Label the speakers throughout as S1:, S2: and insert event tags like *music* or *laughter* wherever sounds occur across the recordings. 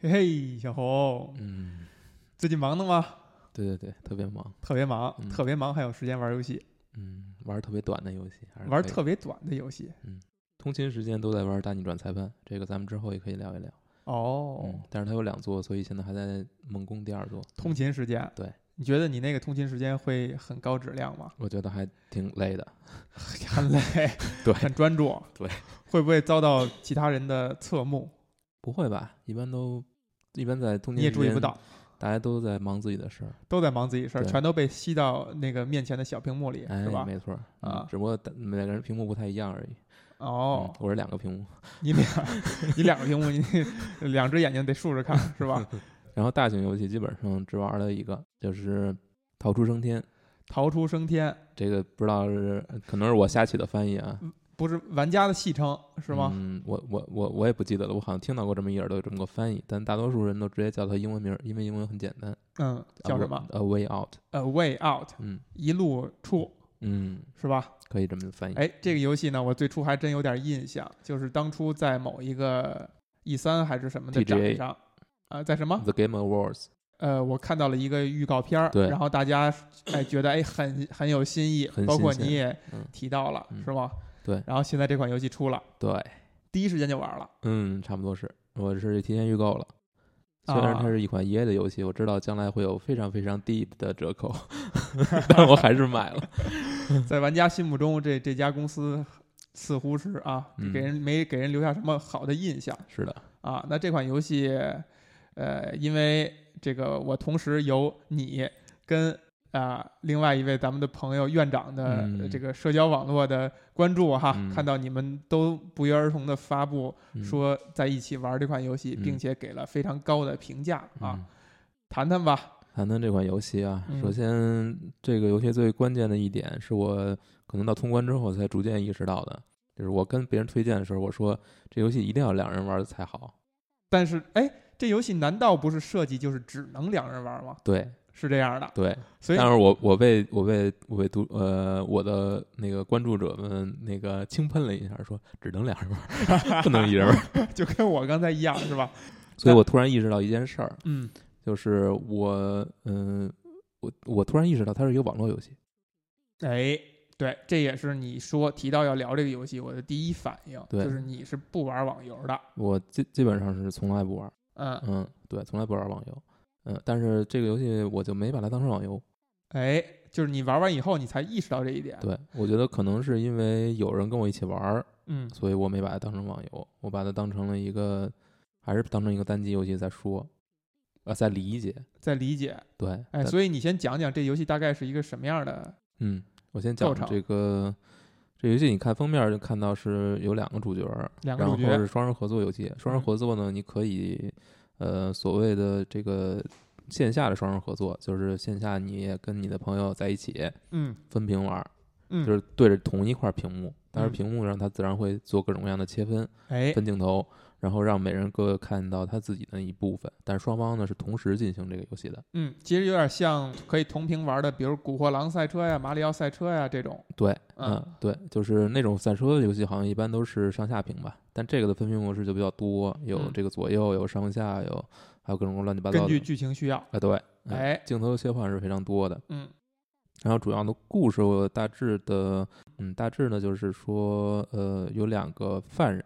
S1: 嘿嘿，小红，
S2: 嗯，
S1: 最近忙的吗？
S2: 对对对，特别忙，
S1: 特别忙，
S2: 嗯
S1: 特别忙，还有时间玩游戏，
S2: 嗯，玩特别短的游戏，还是
S1: 玩
S2: 可以
S1: 特别短的游戏。
S2: 通勤时间都在玩《大逆转裁判》，这个咱们之后也可以聊一聊。
S1: 哦，
S2: 嗯，但是它有两座，所以现在还在梦工第二座。
S1: 通勤时间，
S2: 对，？
S1: 你觉得你那个通勤时间会很高质量吗
S2: *laughs* 我觉得还挺累的。
S1: 很累，
S2: 对
S1: 很专注，
S2: 对，
S1: 会不会遭到其他人的侧目？
S2: *laughs* 不会吧？一般都一般在通勤
S1: 你也
S2: 时
S1: 注意不
S2: 间，
S1: 到，
S2: 大家都在忙自己的事儿，
S1: 都在忙自己事儿，
S2: 对
S1: 全都被吸到那个面前的小屏幕里，
S2: 哎
S1: 是，吧？
S2: 没错儿
S1: 啊
S2: 嗯只不过大每个人屏幕不太一样而已。
S1: 哦
S2: 嗯，我是两个屏幕。
S1: 你俩， *laughs* 你两个屏幕，你两只眼睛得竖着看，是
S2: *laughs*
S1: 吧？
S2: 然后大型游戏基本上只玩了一个，就是《逃出升天》。
S1: 逃出升天
S2: 这个不知道是呃可能是我瞎起的翻译啊，
S1: 不是玩家的戏称是吗？
S2: 嗯，我我我我也不记得了，我好像听到过这么一耳朵有这么个翻译，但大多数人都直接叫它英文名儿，因为英文很简单，
S1: 嗯，叫什么
S2: ？A Way Out。
S1: ？A Way Out，
S2: 嗯
S1: 一路出
S2: 嗯，
S1: 是吧？
S2: 可以这么翻译。
S1: 哎，这个游戏呢，我最初还真有点印象，就是当初在某一个 E 三还是什么的展
S2: TGA
S1: 上，啊，在什么？
S2: The Game Awards，
S1: 呃，我看到了一个预告片儿，
S2: 对
S1: 然后大家哎觉得哎很很有新意
S2: 很，
S1: 包括
S2: 新鲜
S1: 你也
S2: 嗯
S1: 提到了、
S2: 嗯
S1: 是吧？
S2: 对
S1: 然后现在这款游戏出了，
S2: 对，
S1: 第一时间就玩了，
S2: 嗯，差不多是，我是提前预购了。虽然
S1: 啊
S2: 它是一款 EA 的游戏，我知道将来会有非常非常低的折
S1: *laughs*
S2: 扣，但我还是买了。
S1: 啊在玩家心目中，这这家公司似乎是啊，
S2: 嗯
S1: 给人没给人留下什么好的印象
S2: 是的，
S1: 啊。那这款游戏，呃，因为这个我同时有你跟啊、另外一位咱们的朋友院长的
S2: 嗯
S1: 这个社交网络的关注哈，
S2: 嗯
S1: 看到你们都不约而同的发布
S2: 嗯、
S1: 说在一起玩这款游戏，
S2: 嗯
S1: 并且给了非常高的评价啊。
S2: 嗯
S1: 谈谈吧，
S2: 谈谈这款游戏啊，
S1: 嗯
S2: 首先这个游戏最关键的一点是我可能到通关之后才逐渐意识到的，就是我跟别人推荐的时候，我说这游戏一定要两人玩才好。
S1: 但是哎，这游戏难道不是设计就是只能两人玩吗？
S2: 对
S1: 是这样的，
S2: 对，
S1: 所以
S2: 但是我我被我被我被读呃我的那个关注者们那个轻喷了一下，说只能两人玩， *laughs* 不能一人玩。
S1: 就跟我刚才一样，是吧？
S2: 所以我突然意识到一件事儿，
S1: 嗯，
S2: 就是我嗯、我我突然意识到它是一个网络游戏。
S1: 哎，对，这也是你说提到要聊这个游戏，我的第一反应
S2: 对
S1: 就是你是不玩网游的，
S2: 我基基本上是从来不玩，
S1: 嗯，
S2: 嗯，对，从来不玩网游。嗯，但是这个游戏我就没把它当成网游。
S1: 哎，就是你玩完以后你才意识到这一点，
S2: 对，我觉得可能是因为有人跟我一起玩儿，
S1: 嗯，
S2: 所以我没把它当成网游，我把它当成了一个，还是当成一个单机游戏在说，呃，在理解。
S1: 在理解，
S2: 对，
S1: 哎，
S2: 但
S1: 所以你先讲讲这游戏大概是一个什么样的，
S2: 嗯，我先
S1: 构
S2: 讲
S1: 成
S2: 这个这游戏，你看封面就看到是有两个主角儿，
S1: 两个主角
S2: 然后是双人合作游戏。双
S1: 嗯
S2: 人合作呢，你可以呃所谓的这个线下的双人合作，就是线下你也跟你的朋友在一起
S1: 嗯
S2: 分屏玩儿，
S1: 嗯，
S2: 就是对着同一块屏幕，但是
S1: 嗯
S2: 屏幕上它自然会做各种各样的切分、
S1: 哎，
S2: 分镜头，然后让每人各看到他自己的一部分。但是双方呢是同时进行这个游戏的，
S1: 嗯，其实有点像可以同屏玩的，比如《古惑狼赛车》呀、《马里奥赛车》呀这种，
S2: 对，
S1: 嗯
S2: 嗯，对，就是那种赛车游戏，好像一般都是上下屏吧，但这个的分屏模式就比较多，有
S1: 嗯
S2: 这个左右，有上下，有还有各种乱七八糟
S1: 根
S2: 的。
S1: 据剧情需要，
S2: 啊，对，嗯
S1: 哎，
S2: 镜头切换是非常多的。
S1: 嗯
S2: 然后主要的故事，我大致的，嗯，大致呢就是说，呃，有两个犯人。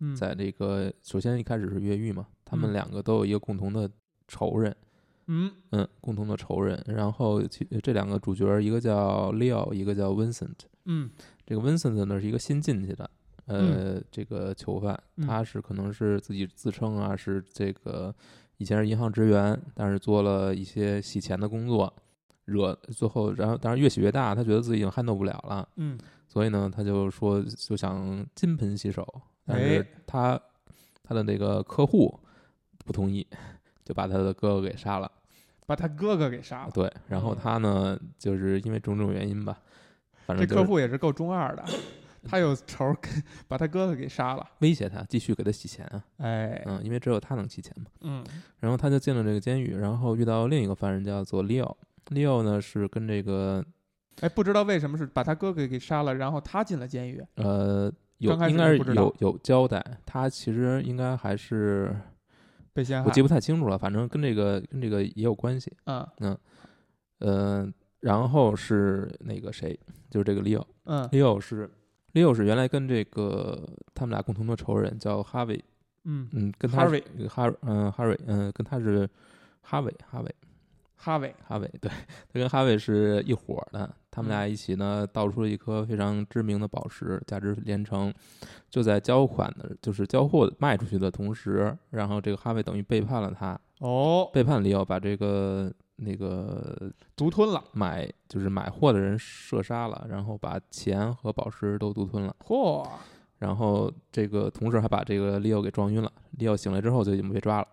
S1: 嗯，
S2: 在这个首先一开始是越狱嘛，他们
S1: 嗯
S2: 两个都有一个共同的仇人，
S1: 嗯
S2: 嗯，共同的仇人。然后其这两个主角，一个叫 Leo，一个叫 Vincent。
S1: 嗯
S2: 这个 Vincent 呢是一个新进去的，呃，这个囚犯，
S1: 嗯
S2: 他是可能是自己自称啊是这个以前是银行职员，但是做了一些洗钱的工作，惹最后然后当然越洗越大，他觉得自己已经 handle 不了了，
S1: 嗯，
S2: 所以呢，他就说就想金盆洗手，但是
S1: 哎
S2: 他、他的那个客户不同意，就把他的哥哥给杀了。
S1: 把他哥哥给杀了。
S2: 对，然后
S1: 嗯
S2: 他呢，就是因为种种原因吧，反
S1: 这
S2: 正
S1: 客
S2: 就是
S1: 户也是够中二的，他有仇儿跟把他哥哥给杀了。
S2: 威胁他继续给他洗钱啊，
S1: 哎，
S2: 嗯，因为只有他能洗钱嘛。
S1: 嗯
S2: 然后他就进了这个监狱，然后遇到另一个犯人叫做 Leo，Leo 呢是跟这个
S1: 哎，不知道为什么是把他哥哥给杀了，然后他进了监狱。
S2: 呃有
S1: 刚开始
S2: 应该是
S1: 不知道
S2: 有有交代，他其实应该还是
S1: 被陷害，
S2: 我记不太清楚了，反正跟这个跟这个也有关系。
S1: 嗯
S2: 呃，然后是那个谁，就是这个 Leo，Leo
S1: 嗯
S2: 是 Leo 是原来跟这个他们俩共同的仇人叫哈维，
S1: 嗯，
S2: 嗯，跟他是
S1: Harvey
S2: 呃哈嗯哈瑞嗯跟他是哈维哈维
S1: 哈维，
S2: 哈维，对他跟哈维是一伙儿的，他
S1: 嗯
S2: 们俩一起呢盗出了一颗非常知名的宝石，价值连城，就在交款的，就是交货卖出去的同时，然后这个哈维等于背叛了他，
S1: 哦，
S2: 背叛里奥把这个那个
S1: 独吞了，
S2: 买就是买货的人射杀了，然后把钱和宝石都独吞了，
S1: 嚯，
S2: 然后这个同时还把这个利奥给撞晕了，利奥醒来之后就已经被抓了，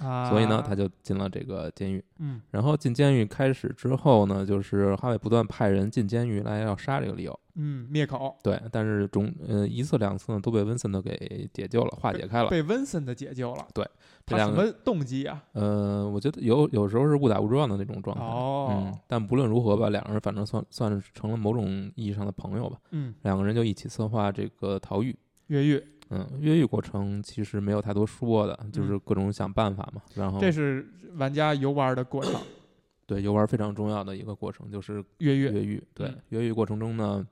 S1: 啊，
S2: 所以呢他就进了这个监狱。
S1: 嗯
S2: 然后进监狱开始之后呢，就是哈维不断派人进监狱来要杀这个利奥，
S1: 嗯灭口，
S2: 对，但是种呃一次两次呢都被温森特给解救了，化解开了。
S1: 被温森的解救了，
S2: 这
S1: 他
S2: 两
S1: 什
S2: 个
S1: 么动机啊？
S2: 呃，我觉得有有时候是误打误撞的那种状态。嗯
S1: 哦，，
S2: 但不论如何吧，两个人反正算算是成了某种意义上的朋友吧。
S1: 嗯，
S2: 两个人就一起策划这个逃狱。
S1: 越狱，
S2: 嗯，越狱过程其实没有太多说的，就是各种想办法嘛。然后
S1: 嗯这是玩家游玩的过程，
S2: 对游玩非常重要的一个过程，就是
S1: 越
S2: 越
S1: 狱，
S2: 狱。对
S1: 嗯，
S2: 越狱过程中呢，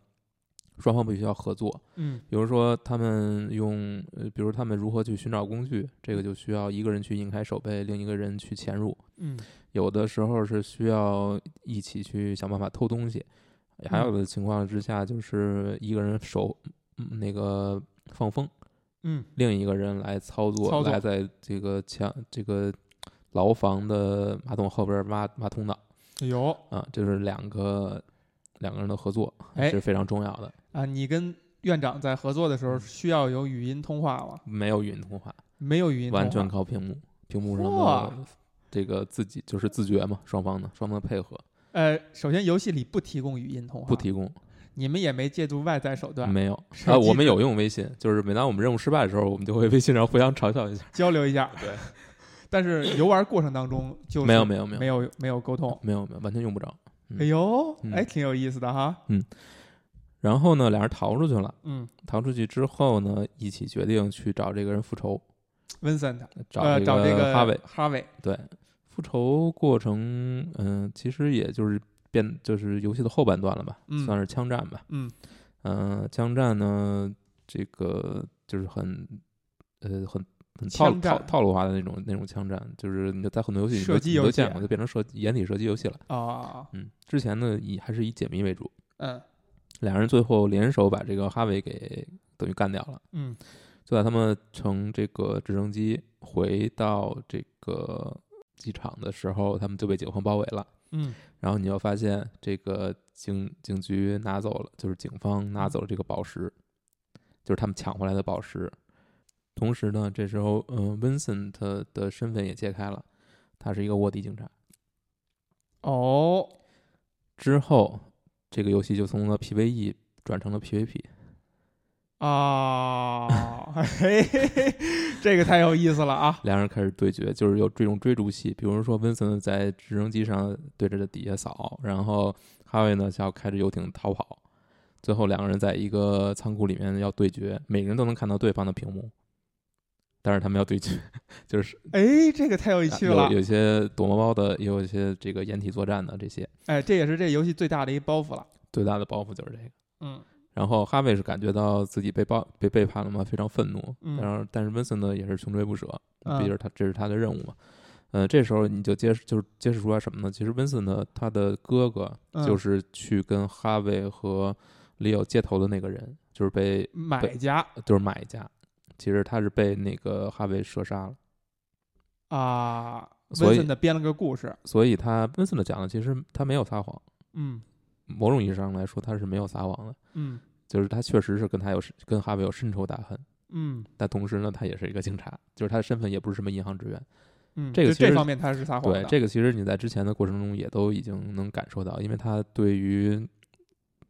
S2: 双方必须要合作。
S1: 嗯
S2: 比如说，他们用，呃，比如他们如何去寻找工具，这个就需要一个人去引开手背，另一个人去潜入。
S1: 嗯
S2: 有的时候是需要一起去想办法偷东西，还
S1: 嗯
S2: 有的情况之下就是一个人手、嗯那个放风，
S1: 嗯，
S2: 另一个人来操作，
S1: 操作
S2: 来在这个墙这个牢房的马桶后边挖挖通道
S1: 有
S2: 啊，这是两个两个人的合作，
S1: 哎
S2: 是非常重要的。
S1: 啊，你跟院长在合作的时
S2: 嗯
S1: 候需要有语音通话吗？
S2: 没有语音通话，
S1: 没有语音通话，
S2: 完全靠屏幕，屏幕上
S1: 哇
S2: 的这个自己就是自觉嘛，双方的双方的配合
S1: 呃，首先游戏里不提供语音通话，
S2: 不，提供。
S1: 你们也没借助外在手段
S2: 没有
S1: 手
S2: 啊，
S1: 机
S2: 我们
S1: 的
S2: 有用微信，就是每当我们任务失败的时候，我们就会微信上互相嘲笑一下。
S1: 交流一下。
S2: *laughs* 对，
S1: 但是游玩过程当中就是
S2: 没有没有没有
S1: 没有没有沟通。
S2: 没有没有，完全用不着。嗯
S1: 哎呦，
S2: 嗯
S1: 哎，挺有意思的哈。
S2: 然后呢，俩人逃出去了，
S1: 嗯
S2: 逃出去之后呢，一起决定去找这个人复仇，
S1: ，Vincent，
S2: 找
S1: 呃，找这
S2: 个
S1: 个
S2: 哈维。
S1: 哈维，
S2: 对，复仇过程，嗯、其实也就是变，就是游戏的后半段了吧，
S1: 嗯
S2: 算是枪战吧。
S1: 嗯
S2: 嗯、枪战呢，这个就是很，呃，很很套
S1: 枪
S2: 套
S1: 战
S2: 套路化的那种那种枪战，就是你在很多游戏你都
S1: 射击
S2: 你都
S1: 游戏
S2: 见过，就变成射掩体射击游戏了。
S1: 啊，
S2: 嗯，之前呢以还是以解谜为主，
S1: 嗯
S2: 两人最后联手把这个哈维给等于干掉了。
S1: 嗯
S2: 就在他们乘这个直升机回到这个机场的时候，他们就被警方包围了。
S1: 嗯，
S2: 然后你又发现这个警警局拿走了，就是警方拿走了这个宝石，就是他们抢回来的宝石。同时呢，这时候，嗯、温森特的身份也揭开了，他是一个卧底警察。
S1: 哦，
S2: 之后，这个游戏就从了 PVE 转成了 PVP。
S1: 啊， *laughs* 嘿嘿嘿，这个太有意思了啊！
S2: 两人开始对决，就是有这种追逐戏。比如说，温森在直升机上对着底下扫，然后哈维呢要开着游艇逃跑。最后，两个人在一个仓库里面要对决，每个人都能看到对方的屏幕， *laughs* 但是他们要对决，就是
S1: 哎，这个太有趣了
S2: 有。有一些躲猫猫的，也有一些这个掩体作战的这些。
S1: 哎，这也是这游戏最大的一包袱了。
S2: 最大的包袱就是这个。
S1: 嗯
S2: 然后哈维是感觉到自己被包被背叛了嘛，非常愤怒。
S1: 嗯
S2: 然后但是温森呢也是穷追不舍，
S1: 嗯
S2: 毕竟他这是他的任务嘛。呃，这时候你就揭示就是揭示出来什么呢？其实温森呢他的哥哥
S1: 嗯
S2: 就是去跟哈维和里奥接头的那个人，就是被
S1: 买家
S2: 就是买家。其实他是被那个哈维射杀了，
S1: 啊，
S2: 所
S1: 温
S2: 以
S1: 森的编了个故事。
S2: 所以他温森的讲的其实他没有撒谎，
S1: 嗯
S2: 某种意义上来说他是没有撒谎的，
S1: 嗯
S2: 就是他确实是跟他有跟哈维有深仇大恨。
S1: 嗯
S2: 但同时呢，他也是一个警察，就是他的身份也不是什么银行职员。
S1: 嗯，
S2: 这个
S1: 就
S2: 其实
S1: 这方面他是撒谎
S2: 对
S1: 的。，
S2: 这个其实你在之前的过程中也都已经能感受到，因为他对于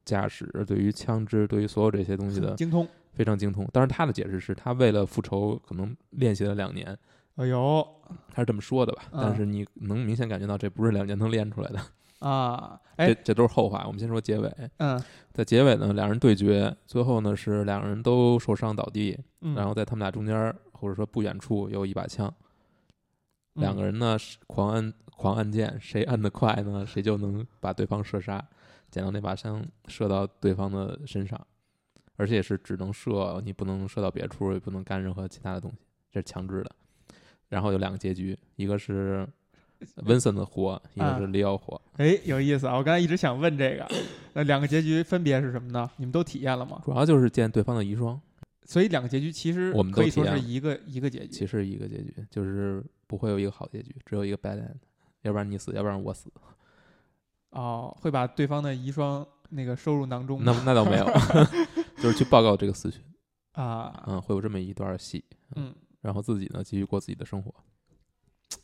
S2: 驾驶、对于枪支、对于所有这些东西
S1: 很
S2: 的
S1: 精通。
S2: 非常精通。当然，他的解释是他为了复仇，可能练习了两年，
S1: 哎呦
S2: 他是这么说的吧？
S1: 嗯
S2: 但是你能明显感觉到这不是两年能练出来的，
S1: 啊，
S2: 这
S1: 哎
S2: 这都是后话。我们先说结尾，
S1: 嗯
S2: 在结尾呢，两人对决，最后呢是两人都受伤倒地，
S1: 嗯，
S2: 然后在他们俩中间儿或者说不远处有一把枪，
S1: 嗯
S2: 两个人呢是狂按狂按键，谁按得快呢，谁就能把对方射杀，捡到那把枪射到对方的身上，而且是只能射，你不能射到别处，也不能干任何其他的东西，这是强制的。然后有两个结局，一个是温森的活，一个是
S1: 啊
S2: 利奥活。
S1: 哎，有意思啊！我刚才一直想问这个，那两个结局分别是什么呢？你们都体验了吗？
S2: 主要就是见对方的遗孀，
S1: 所以两个结局其实
S2: 我们都
S1: 可以说
S2: 体验
S1: 是
S2: 了
S1: 一个一个结
S2: 其
S1: 局。
S2: 实一个结局就是不会有一个好结局，只有一个 bad end，要不然你死，要不然我死。
S1: 哦，会把对方的遗孀那个收入囊中
S2: 那
S1: 吗
S2: 那倒没有， *laughs* 就是去报告这个死讯，
S1: 啊，
S2: 嗯，会有这么一段戏，
S1: 嗯，
S2: 然后自己呢继续过自己的生活。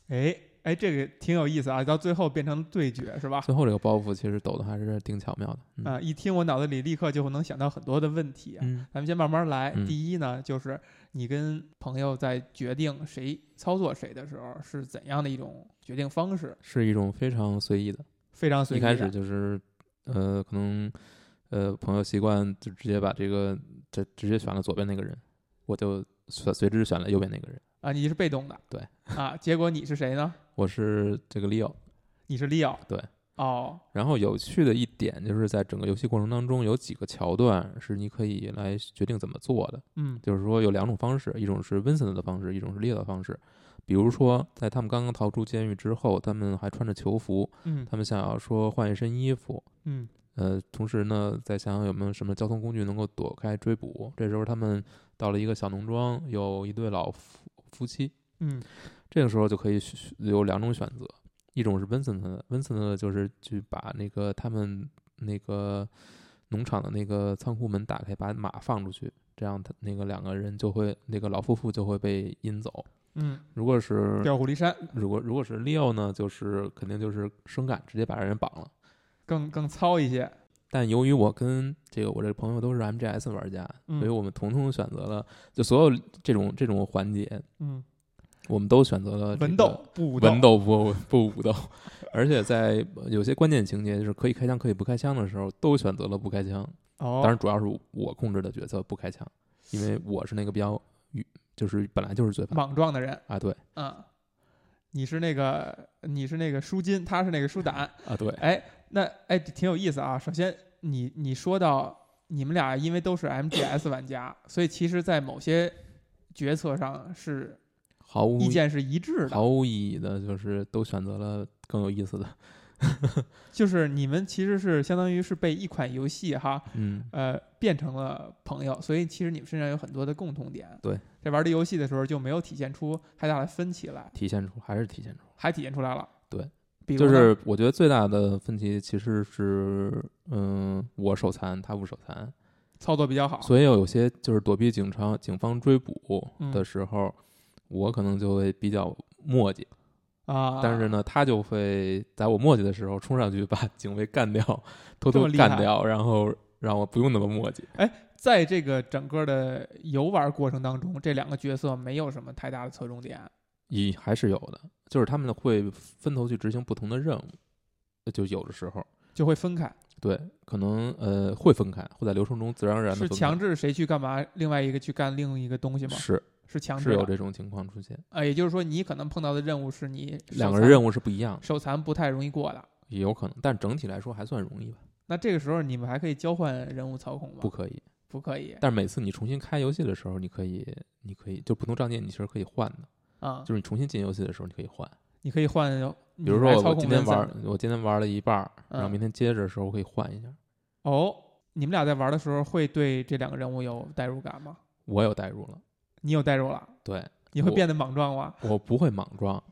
S1: 哎哎，这个挺有意思啊，到最后变成对决是吧？
S2: 最后这个包袱其实抖的还是挺巧妙的，嗯
S1: 啊，一听我脑子里立刻就能想到很多的问题啊。
S2: 嗯
S1: 咱们先慢慢来。
S2: 嗯
S1: 第一呢，就是你跟朋友在决定谁操作谁的时候是怎样的一种决定方式，
S2: 是一种非常随意的。
S1: 非常随
S2: 一
S1: 意的。
S2: 开始就是，呃，可能呃朋友习惯就直接把这个这直接选了左边那个人，我就随随之选了右边那个人。
S1: 啊，你是被动的，
S2: 对
S1: 啊，结果你是谁呢？
S2: 我是这个 Leo。
S1: 你是 Leo，
S2: *laughs* 对，
S1: 哦，
S2: 然后有趣的一点就是在整个游戏过程当中，有几个桥段是你可以来决定怎么做的。
S1: 嗯
S2: 就是说有两种方式，一种是 Vincent 的方式，一种是 Leo 的方式。比如说，在他们刚刚逃出监狱之后，他们还穿着囚服，
S1: 嗯
S2: 他们想要说换一身衣服，
S1: 嗯
S2: 呃，同时呢，再想想有没有什么交通工具能够躲开追捕。这时候他们到了一个小农庄，有一对老夫夫妻，
S1: 嗯
S2: 这个时候就可以选有两种选择，一种是 Vincent 的，Vincent 的就是去把那个他们那个农场的那个仓库门打开，把马放出去，这样他那个两个人就会那个老夫妇就会被引走。
S1: 嗯，
S2: 如果是
S1: 调虎离山
S2: 如果如果是 Leo 呢，就是肯定就是生干，直接把人绑了。
S1: 更更糙一些，
S2: 但由于我跟这个我这个朋友都是 MGS 玩家，
S1: 嗯
S2: 所以我们统统选择了，就所有这种这种环节，
S1: 嗯，
S2: 我们都选择了、
S1: 文斗不武
S2: 呃文斗不不武斗，而且在有些关键情节，就是可以开枪可以不开枪的时候，都选择了不开枪。
S1: 哦，
S2: 当然，主要是我控制的角色不开枪，因为我是那个比较愚，就是本来就是罪犯
S1: 莽撞的人，
S2: 啊，对
S1: 嗯，你是那个你是那个舒筋，他是那个舒胆，
S2: 啊对，
S1: 哎，那哎挺有意思啊。首先你你说到你们俩因为都是 MGS 玩家，所以其实，在某些决策上是
S2: 毫无
S1: 意见是一致的，
S2: 毫无意义的，就是都选择了更有意思的，
S1: 就是你们其实是相当于是被一款游戏哈。
S2: 嗯，
S1: 呃，变成了朋友，所以其实你们身上有很多的共同点。
S2: 对，
S1: 在玩这游戏的时候就没有体现出太大的分歧来，
S2: 体现出还是体现出。
S1: 还体现出来了。
S2: 对，
S1: 比如
S2: 就
S1: 呢
S2: 是我觉得最大的分歧其实是，嗯，我手残，他不手残，
S1: 操作比较好。
S2: 所以有些就是躲避警察、警方追捕
S1: 嗯
S2: 的时候，我可能就会比较墨迹，
S1: 啊，
S2: 但是呢，他就会在我墨迹的时候冲上去把警卫干掉，偷
S1: 这
S2: 偷
S1: 么厉害
S2: 干掉，然后让我不用那么墨迹。
S1: 在这个整个的游玩过程当中，这两个角色没有什么太大的侧重点。
S2: 也还是有的，就是他们会分头去执行不同的任务，就有的时候。
S1: 就会分开，
S2: 对，可能呃会分开，会在流程中自然而然的
S1: 是
S2: 分
S1: 强
S2: 开。
S1: 制谁去干嘛，另外一个去干另一个东西吗？
S2: 是
S1: 是强
S2: 是
S1: 制
S2: 有
S1: 的。
S2: 这种情况出现。
S1: 啊，也就是说，你可能碰到的任务是你
S2: 两个
S1: 手残
S2: 人任务是不一样的，
S1: 手残不太容易过的。
S2: 也有可能，但整体来说还算容易吧？
S1: 那这个时候你们还可以交换人物操控吗？
S2: 不，可以。
S1: 不可以
S2: 但是每次你重新开游戏的时候，你可以，你可以就不同账件你其实可以换的，
S1: 啊！
S2: 就是你重新进游戏的时候你可以换。
S1: 你可以换，比
S2: 比如说
S1: 操
S2: 我
S1: 控
S2: 今天
S1: 文森
S2: 玩，我今天玩了一半儿，然后
S1: 嗯
S2: 明天接着的时候我可以换一下。
S1: 哦，你们俩在玩的时候会对这两个人物有代入感吗？
S2: 我有代入了，
S1: 你有代入了，
S2: 对
S1: 你会
S2: 我
S1: 变得莽撞吗？
S2: 我不会莽
S1: *laughs*
S2: 撞，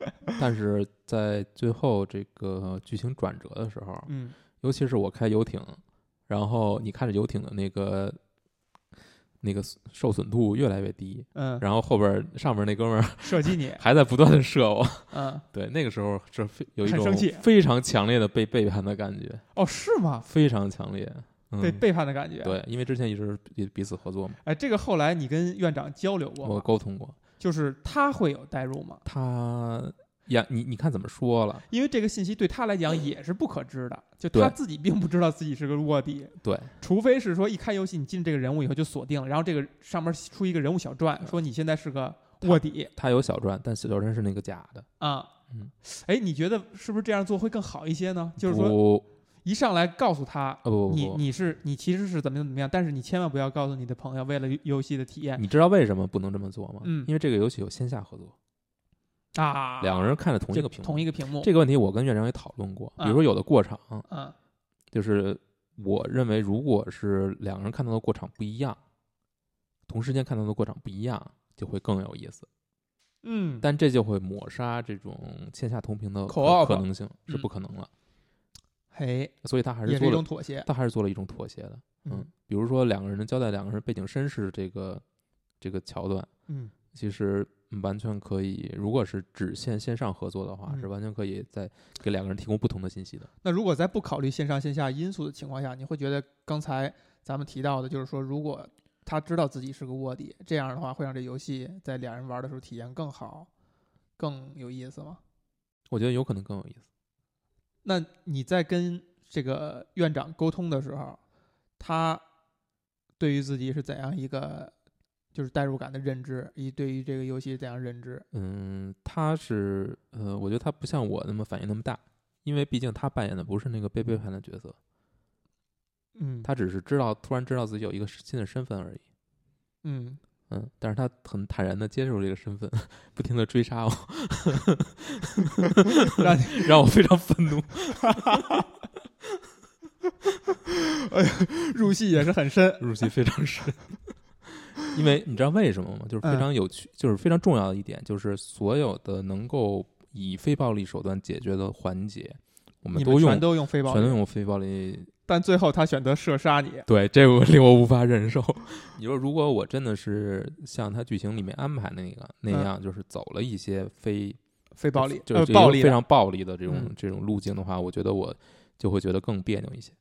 S2: 但是在最后这个剧情转折的时候，
S1: 嗯，
S2: 尤其是我开游艇，然后你看着游艇的那个那个受损度越来越低，
S1: 嗯，
S2: 然后后边儿上面那哥们儿
S1: 射击你，
S2: 还在不断的射我。
S1: 嗯，
S2: 对，那个时候是非有一
S1: 很
S2: 种
S1: 生气
S2: 非常强烈的被背叛的感觉，
S1: 哦，是吗？
S2: 非常强烈。嗯，
S1: 被背叛的感觉。，
S2: 对，因为之前一直彼彼此合作嘛，
S1: 哎，这个后来你跟院长交流过
S2: 我
S1: 吗？
S2: 沟通过
S1: 就是他会有代入吗？
S2: 他呀，你你看怎么说了？
S1: 因为这个信息对他来讲也是不可知的，就
S2: 嗯对
S1: 他自己并不知道自己是个卧底，
S2: 对，
S1: 除非是说一开游戏你进这个人物以后就锁定了，然后这个上面出一个人物小传，说你现在是个卧底
S2: 他有小传，但小传是那个假的。
S1: 啊
S2: 嗯。
S1: 哎，你觉得是不是这样做会更好一些呢？就是说，
S2: 不，
S1: 一上来告诉他，
S2: 呃不不
S1: 你
S2: 不，
S1: 你是你其实是怎么怎么样，但是你千万不要告诉你的朋友，为了游戏的体验
S2: 你知道为什么不能这么做吗？
S1: 嗯
S2: 因为这个游戏有线下合作，
S1: 啊，
S2: 两个人看着同一
S1: 这
S2: 个屏幕。
S1: 同一个屏幕，
S2: 这个问题我跟院长也讨论过，比如说有的过场，
S1: 嗯
S2: 就是我认为如果是两个人看到的过场不一样，同时间看到的过场不一样，就会更有意思。
S1: 嗯，
S2: 但这就会抹杀这种线下同屏的可
S1: Co-op
S2: 可能性，是
S1: 嗯
S2: 不可能了。
S1: 嘿，
S2: 所以他还是
S1: 也是一
S2: 做
S1: 种
S2: 了，
S1: 妥协，
S2: 他还是做了一种妥协的。嗯
S1: 嗯，
S2: 比如说两个人的交代，两个人背景身世这个这个桥段，
S1: 嗯
S2: 其实完全可以，如果是只限线上合作的话，
S1: 嗯
S2: 是完全可以在给两个人提供不同的信息的。
S1: 那如果在不考虑线上线下因素的情况下，你会觉得刚才咱们提到的，就是说，如果他知道自己是个卧底，这样的话会让这游戏在俩人玩的时候体验更好，更有意思吗？
S2: 我觉得有可能更有意思。
S1: 那你在跟这个院长沟通的时候，他对于自己是怎样一个就是代入感的认知，以及对于这个游戏怎样认知？
S2: 嗯，他是呃，我觉得他不像我那么反应那么大，因为毕竟他扮演的不是那个被背叛的角色，
S1: 嗯
S2: 他只是知道突然知道自己有一个新的身份而已。
S1: 嗯，
S2: 嗯，但是他很坦然的接受这个身份， *laughs* 不停的追杀我， *laughs*
S1: 让你 *laughs*
S2: 让我非常愤怒。
S1: 哎入戏也是很深。
S2: 入戏非常深。 *laughs* 因为你知道为什么吗？就是非
S1: 嗯
S2: 常有趣，就是非常重要的一点，就是所有的能够以非暴力手段解决的环节，我们
S1: 你
S2: 都
S1: 们
S2: 用，
S1: 全都用非暴
S2: 全都
S1: 力，
S2: 用非暴力。
S1: 但最后他选择射杀 *laughs* 你。
S2: 对，这个令我无法忍受。你说，如果我真的是像他剧情里面安排那个那
S1: 嗯
S2: 样，就是走了一些非
S1: 非暴力，
S2: 就
S1: 呃，
S2: 是
S1: 暴力
S2: 非
S1: 的
S2: 常暴力的这种、
S1: 嗯
S2: 这种路径的话，我觉得我就会觉得更别扭一些。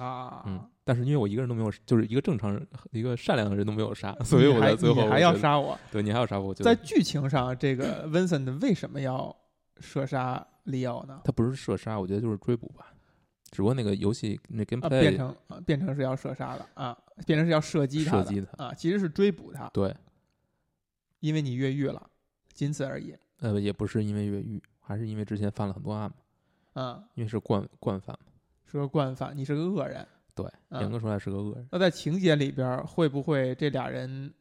S1: 啊，
S2: 嗯，但是因为我一个人都没有，就是一个正常人、一个善良的人都没有杀，所以
S1: 你
S2: 我
S1: 还
S2: 在最
S1: 你
S2: 后我
S1: 还
S2: 觉
S1: 要
S2: 得，
S1: 杀我。
S2: 对你还要杀我，就
S1: 在剧情上，这
S2: *laughs*
S1: 个 Vincent 为什么要射杀 Leo 呢？
S2: 他不是射杀，我觉得就是追捕吧。只不过那个游戏那
S1: 啊，变
S2: gameplay
S1: 成、啊、变成是要射杀的啊，变成是要射击他的
S2: 射击他，
S1: 啊，其实是追捕他，
S2: 对，
S1: 因为你越狱了，仅此而已。
S2: 呃，也不是因为越狱，还是因为之前犯了很多案嘛，
S1: 啊，
S2: 因为是惯惯犯嘛，
S1: 是个惯犯，你是个恶人。
S2: 对，
S1: 啊
S2: 严格说来是个恶人。
S1: 那在情节里边儿，会不会这俩人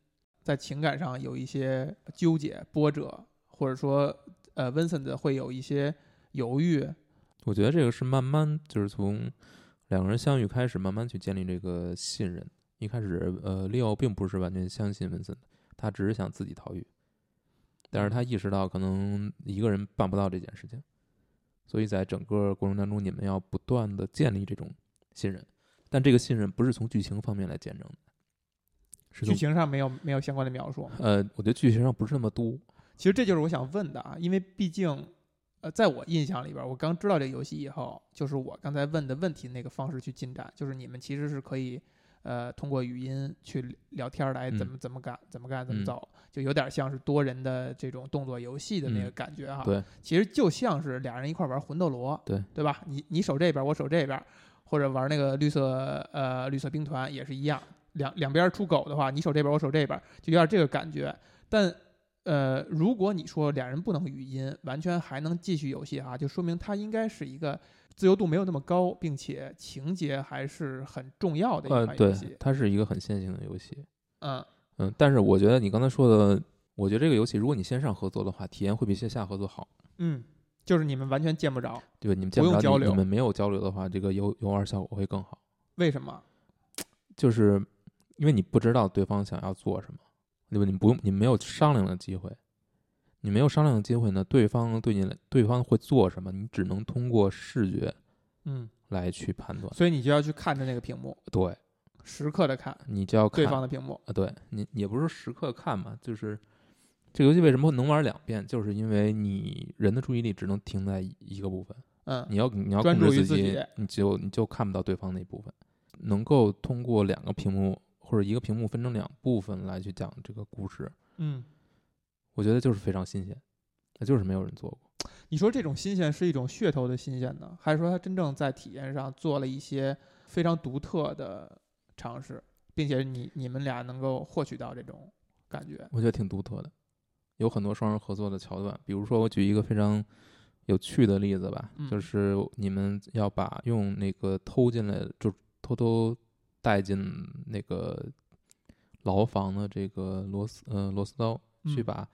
S1: 在情感上有一些纠结、波折，或者说，呃，Vincent 会有一些犹豫？
S2: 我觉得这个是慢慢就是从两个人相遇开始，慢慢去建立这个信任。一开始，呃，Leo 并不是完全相信文森，他只是想自己逃狱，但是他意识到可能一个人办不到这件事情，所以在整个过程当中，你们要不断的建立这种信任，但这个信任不是从剧情方面来见证的，是
S1: 剧
S2: 从
S1: 情上没有没有相关的描述吗。
S2: 呃，我觉得剧情上不是那么多，
S1: 其实这就是我想问的啊，因为毕竟，呃，在我印象里边儿，我刚知道这游戏以后，就是我刚才问的问题那个方式去进展，就是你们其实是可以，呃，通过语音去聊天儿来
S2: 嗯
S1: 怎么怎么干、怎么干、怎么
S2: 嗯
S1: 走，就有点像是多人的这种动作游戏的那
S2: 嗯
S1: 个感觉哈、
S2: 对，
S1: 其实就像是俩人一块儿玩魂斗罗，
S2: 对
S1: 对吧？你你守这边儿，我守这边儿，或者玩那个绿色呃绿色兵团也是一样，两两边儿出狗的话，你守这边儿，我守这边儿，就有点这个感觉。但呃，如果你说俩人不能语音，完全还能继续游戏哈，就说明它应该是一个自由度没有那么高，并且情节还是很重要的一
S2: 呃，
S1: 款游
S2: 对
S1: 戏，。
S2: 它是一个很线性的游戏，
S1: 嗯
S2: 嗯，但是我觉得你刚才说的，我觉得这个游戏，如果你线上合作的话，体验会比线下合作好，
S1: 嗯，就是你们完全见不着，
S2: 对吧？你们
S1: 不
S2: 见
S1: 用
S2: 不
S1: 交
S2: 着你，
S1: 流
S2: 你们没有交流的话，这个游游玩效果会更好，
S1: 为什么？
S2: 就是因为你不知道对方想要做什么，对吧？你不用，你没有商量的机会，你没有商量的机会呢，对方对你来，对方会做什么，你只能通过视觉
S1: 嗯，
S2: 来去判断，
S1: 所以你就要去看着那个屏幕，
S2: 对
S1: 时刻的看
S2: 你就要看
S1: 对方的屏幕。
S2: 啊，对你也不是时刻看嘛，就是这个游戏为什么能玩两遍，就是因为你人的注意力只能停在一一个部分，
S1: 嗯，
S2: 你要你要
S1: 专
S2: 控制
S1: 注于
S2: 自
S1: 自己
S2: 你就你就看不到对方那部分。能够通过两个屏幕或者一个屏幕分成两部分来去讲这个故事，
S1: 嗯，
S2: 我觉得就是非常新鲜，那就是没有人做过。
S1: 你说这种新鲜是一种噱头的新鲜呢，还是说他真正在体验上做了一些非常独特的尝试，并且你你们俩能够获取到这种感觉？
S2: 我觉得挺独特的。有很多双人合作的桥段。比如说，我举一个非常有趣的例子吧，
S1: 嗯
S2: 就是你们要把用那个偷进来，就偷偷带进那个牢房的这个螺丝呃螺丝刀，去
S1: 嗯
S2: 把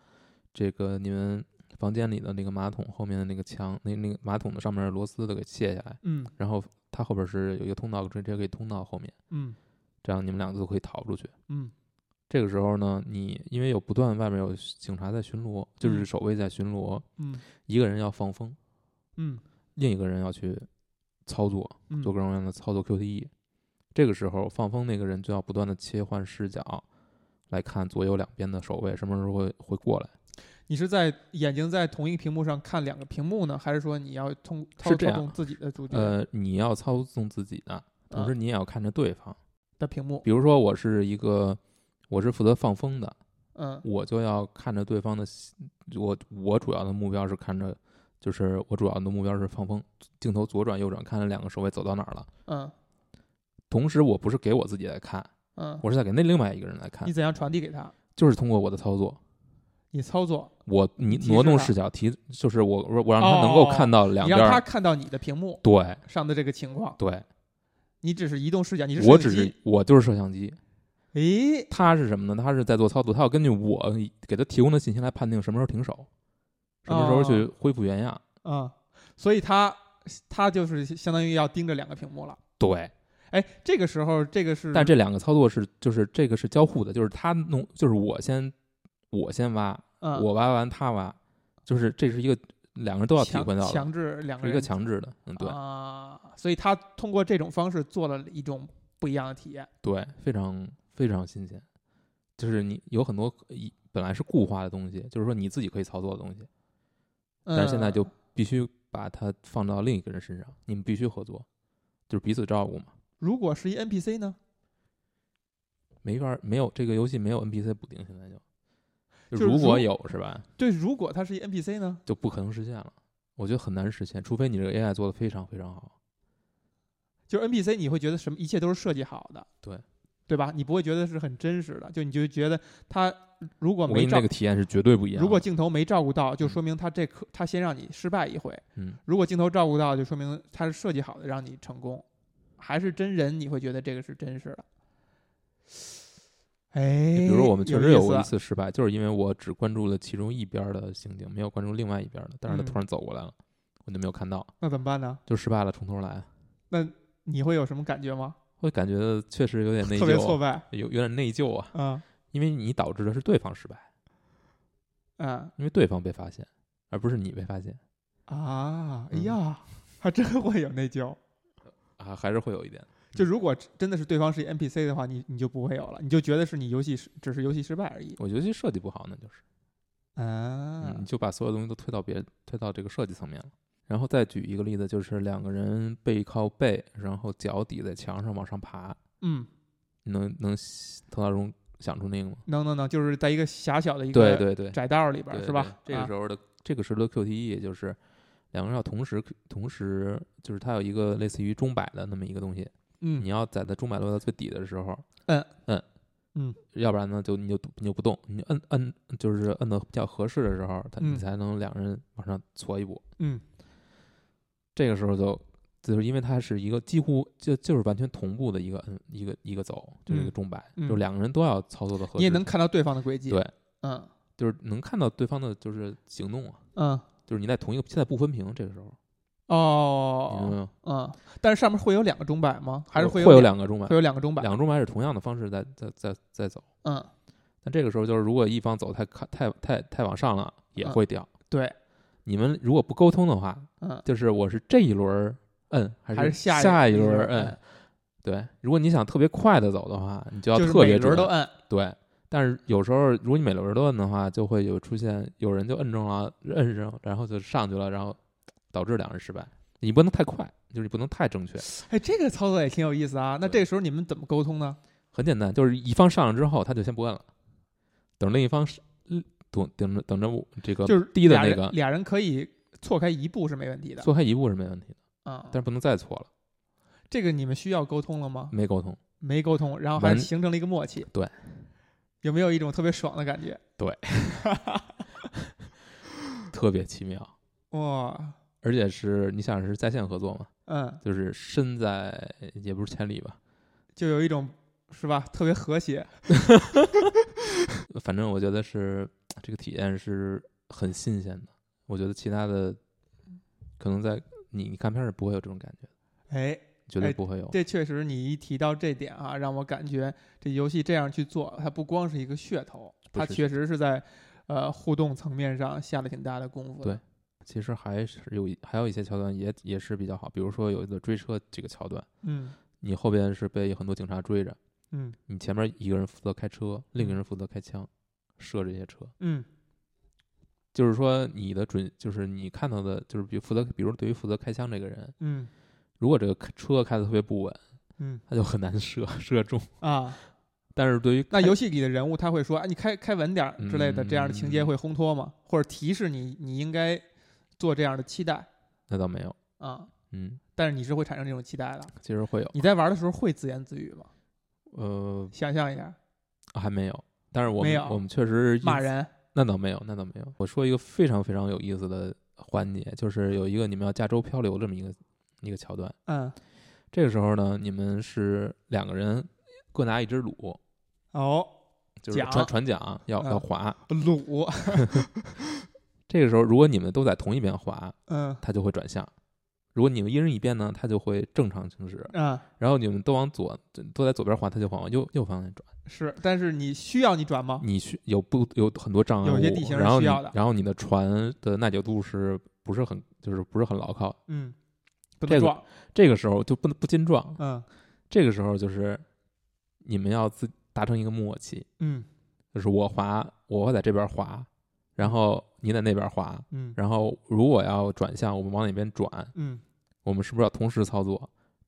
S2: 这个你们房间里的那个马桶后面的那个墙，那那个马桶的上面的螺丝都给卸下来，
S1: 嗯
S2: 然后它后边是有一个通道，直接可以通到后面，
S1: 嗯
S2: 这样你们两个都可以逃出去。
S1: 嗯
S2: 这个时候呢，你因为有不断外面有警察在巡逻，就是
S1: 嗯
S2: 守卫在巡逻，
S1: 嗯
S2: 一个人要放风，
S1: 嗯
S2: 另一个人要去操作，
S1: 嗯，
S2: 做各种各样的操作 QTE。这个时候放风那个人就要不断的切换视角来看左右两边的守卫什么时候会会过来。
S1: 你是在眼睛在同一屏幕上看两个屏幕呢，还是说你要通操
S2: 是这
S1: 操
S2: 样
S1: 纵自己的主角
S2: 呃，你要操纵自己的，同时
S1: 啊
S2: 你也要看着对方。
S1: 的屏幕？
S2: 比如说，我是一个，我是负责放风的，
S1: 嗯
S2: 我就要看着对方的心。我我主要的目标是看着，就是我主要的目标是放风，镜头左转右转，看着两个守卫走到哪儿了。
S1: 嗯
S2: 同时，我不是给我自己来看，
S1: 嗯，
S2: 我是在给那另外一个人来看
S1: 你，怎样传递给他？
S2: 就是通过我的操作，
S1: 你操作，
S2: 我你
S1: 提示
S2: 挪动
S1: 他
S2: 视角提，就是我我我让
S1: 哦
S2: 他能
S1: 哦
S2: 够
S1: 哦
S2: 看到两
S1: 你
S2: 边
S1: 让他
S2: 儿。
S1: 看到你的屏幕
S2: 对
S1: 上的这个情况，
S2: 对，
S1: 你只是移动视角，你是
S2: 我
S1: 摄
S2: 只
S1: 影
S2: 是
S1: 机
S2: 我就是摄像机，
S1: 诶，
S2: 他是什么呢？他是在做操作，他要根据我给他提供的信息来判定什么时候停手，什么时
S1: 哦
S2: 候去恢复原样。
S1: 嗯，所以他他就是相当于要盯着两个屏幕了。
S2: 对，
S1: 哎，这个时候这个是，
S2: 但这两个操作是就是这个是交互的，就是他弄，就是我先我先挖，
S1: 嗯、
S2: 我挖完他挖，就是这是一个两个人都要体
S1: 强
S2: 会到的，
S1: 强制两个
S2: 是一
S1: 人
S2: 个强制的，嗯，对
S1: 啊，所以他通过这种方式做了一种不一样的体验。
S2: 对，非常非常新鲜，就是你有很多一本来是固化的东西，就是说你自己可以操作的东西，
S1: 嗯、
S2: 但是现在就必须把它放到另一个人身上，你们必须合作，就是彼此照顾嘛。
S1: 如果是一 NPC 呢？
S2: 没法儿没有这个游戏没有 NPC 补丁，现在就
S1: 就是
S2: 就如
S1: 如
S2: 果有是吧，
S1: 对，如果他是一 NPC 呢？
S2: 就不可能实现了。我觉得很难实现，除非你这个 AI 做的非常非常好。
S1: 就是 NPC 你会觉得什么一切都是设计好的，
S2: 对
S1: 对吧？你不会觉得是很真实的，就你就觉得他如果
S2: 我给
S1: 没
S2: 你
S1: 照
S2: 那个体验是绝对不一样的。
S1: 如果镜头没照顾到，就
S2: 嗯
S1: 说明他这颗他先让你失败一回；
S2: 嗯，
S1: 如果镜头照顾到，就说明他是设计好的让你成功。还是真人，你会觉得这个是真实的。哎，
S2: 比如说我们确
S1: 有
S2: 实有
S1: 意思
S2: 过一
S1: 啊
S2: 次失败，就是因为我只关注了其中一边儿的刑警，没有关注另外一边儿的，但是他
S1: 嗯
S2: 突然走过来了，我就没有看到，
S1: 那怎么办呢？
S2: 就失败了，从头来，
S1: 那你会有什么感觉吗？
S2: 会感觉确实有点内
S1: 特别挫
S2: 疚，
S1: 败，
S2: 有有点内疚啊，
S1: 嗯
S2: 因为你导致的是对方失败，
S1: 嗯
S2: 因为对方被发现，而不是你被发现
S1: 啊，哎
S2: 嗯
S1: 呀，还真会有内疚。
S2: 啊，还是会有一点。
S1: 就如果真的是对方是一 NPC 的话，你你就不会有了，你就觉得是你游戏失只是游戏失败而已。
S2: 我觉得这设计不好呢，就是。
S1: 啊
S2: 嗯，你，就把所有东西都推到别推到这个设计层面了。然后再举一个例子，就是两个人背靠背，然后脚抵在墙上往上爬，
S1: 嗯，
S2: 你能能头脑中想出那个吗？
S1: 能能能，就是在一个狭小的一
S2: 对
S1: 个
S2: 对对，
S1: 窄道里边儿
S2: 对
S1: 是吧？
S2: 对这个
S1: 啊
S2: 时候的、这个时候的 QTE 就是两个人要同时同时，就是它有一个类似于钟摆的那么一个东西，你
S1: 嗯
S2: 要在它钟摆落到最底的时候，
S1: 嗯
S2: 摁
S1: 嗯，
S2: 要不然呢就你就你就不动，你摁摁就是摁的比较合适的时候，它
S1: 嗯
S2: 你才能两个人往上搓一步。
S1: 嗯
S2: 这个时候就就是因为它是一个几乎就就是完全同步的一个嗯一个一个走，就是一个
S1: 嗯
S2: 钟摆，
S1: 嗯
S2: 就两个人都要操作的合适，
S1: 你也能看到对方的轨迹。
S2: 对，
S1: 嗯
S2: 就是能看到对方的就是行动啊，
S1: 嗯
S2: 就是你在同一个现在不分屏，这个时候你明白
S1: 哦
S2: 吗
S1: 嗯，但是上面会有两个钟摆吗？还是
S2: 会
S1: 有会
S2: 有两个钟摆
S1: 会，有两个钟摆？
S2: 两个钟摆是同样的方式在在在在走，
S1: 嗯，
S2: 但这个时候就是如果一方走太看太太太往上了也
S1: 嗯
S2: 会掉，
S1: 对，
S2: 你们如果不沟通的话，
S1: 嗯，
S2: 就是我是这一轮儿摁还
S1: 还是
S2: 下
S1: 下
S2: 一轮儿摁
S1: 嗯，，
S2: 对，如果你想特别快的走的话，你就要
S1: 就是
S2: 特
S1: 每
S2: 别
S1: 轮
S2: 准
S1: 都摁。
S2: 对，但是有时候如果你每轮都摁的话，就会有出现有人就摁中了，摁上，然后就上去了，然后导致两人失败。你不能太快，就是你不能太正确。
S1: 哎，这个操作也挺有意思啊。那
S2: 对
S1: 这个时候你们怎么沟通呢？
S2: 很简单，就是一方上了之后，他就先不摁了，等另一方是嗯等等着等着我这个
S1: 就是
S2: 低的
S1: 俩
S2: 那
S1: 人
S2: 个
S1: 俩人可以错开一步是没问题的
S2: 错开一步是没问题的，
S1: 啊。
S2: 但是不能再错了，
S1: 这个你们需要沟通了吗？
S2: 没沟通。
S1: 没沟通，然后还
S2: 完
S1: 形成了一个默契。
S2: 对，
S1: 有没有一种特别爽的感觉？
S2: 特别奇妙，
S1: 哇，
S2: 而且是你想是在线合作嘛，
S1: 嗯，
S2: 就是身在也不是千里吧，
S1: 就有一种是吧，特别和谐，
S2: 反正我觉得是这个体验是很新鲜的。我觉得其他的可能在你你看片儿也不会有这种感觉，
S1: 哎，
S2: 绝
S1: 哎
S2: 对不会有。
S1: 这确实，你一提到这点啊，让我感觉这游戏这样去做，它不光是一个噱头，
S2: 不
S1: 它
S2: 是
S1: 确实是在呃互动层面上下了挺大的功夫的。
S2: 对其实还是有一还有一些桥段也也是比较好，比如说有一个追车这个桥段，
S1: 嗯
S2: 你后边是被很多警察追着，
S1: 嗯
S2: 你前面一个人负责开车，另一个人负责开枪，射这些车。
S1: 嗯
S2: 就是说你的准，就是你看到的，就是比负责，比如对于负责开枪这个人，
S1: 嗯
S2: 如果这个车开的特别不稳，
S1: 嗯
S2: 他就很难射射中。
S1: 啊，
S2: 但是对于
S1: 那
S2: 开
S1: 游戏里的人物他会说：“哎，你开开稳点儿之类的。”这样的情节
S2: 嗯
S1: 会烘托吗？或者提示你你应该做这样的期待
S2: 那倒没有，
S1: 啊？
S2: 嗯，
S1: 但是你是会产生这种期待的。
S2: 其实会有，
S1: 你在玩的时候会自言自语吗？
S2: 呃，
S1: 想象一下，
S2: 还没有。但是我
S1: 没
S2: 们
S1: 有
S2: 我们确实因
S1: 骂
S2: 此，
S1: 人，
S2: 那倒没有，那倒没有。我说一个非常非常有意思的环节，就是有一个你们要加州漂流这么一个一个桥段。
S1: 嗯，
S2: 这个时候呢，你们是两个人各拿一只橹，
S1: 哦，
S2: 就是
S1: 桨
S2: 船船桨要要
S1: 嗯
S2: 划。
S1: 鲁，
S2: 这个时候，如果你们都在同一边划，
S1: 嗯
S2: 它就会转向；如果你们一人一边呢，它就会正常行驶；
S1: 啊。
S2: 然后你们都往左，都在左边滑，它就往右右方向转。
S1: 是，但是你需要你转吗？
S2: 你需有不有很多障碍物，
S1: 有些地形是
S2: 然后
S1: 需
S2: 你
S1: 要的
S2: 然后你的船的耐久度是不是很就是不是很牢靠？
S1: 嗯，不
S2: 这
S1: 能
S2: 个
S1: 撞。
S2: 这个时候就不能不禁撞。
S1: 嗯
S2: 这个时候就是你们要自达成一个默契，
S1: 嗯
S2: 就是我滑，我会在这边滑，然后你在那边滑，
S1: 嗯
S2: 然后如果要转向，我们往哪边转，
S1: 嗯，
S2: 我们是不是要同时操作，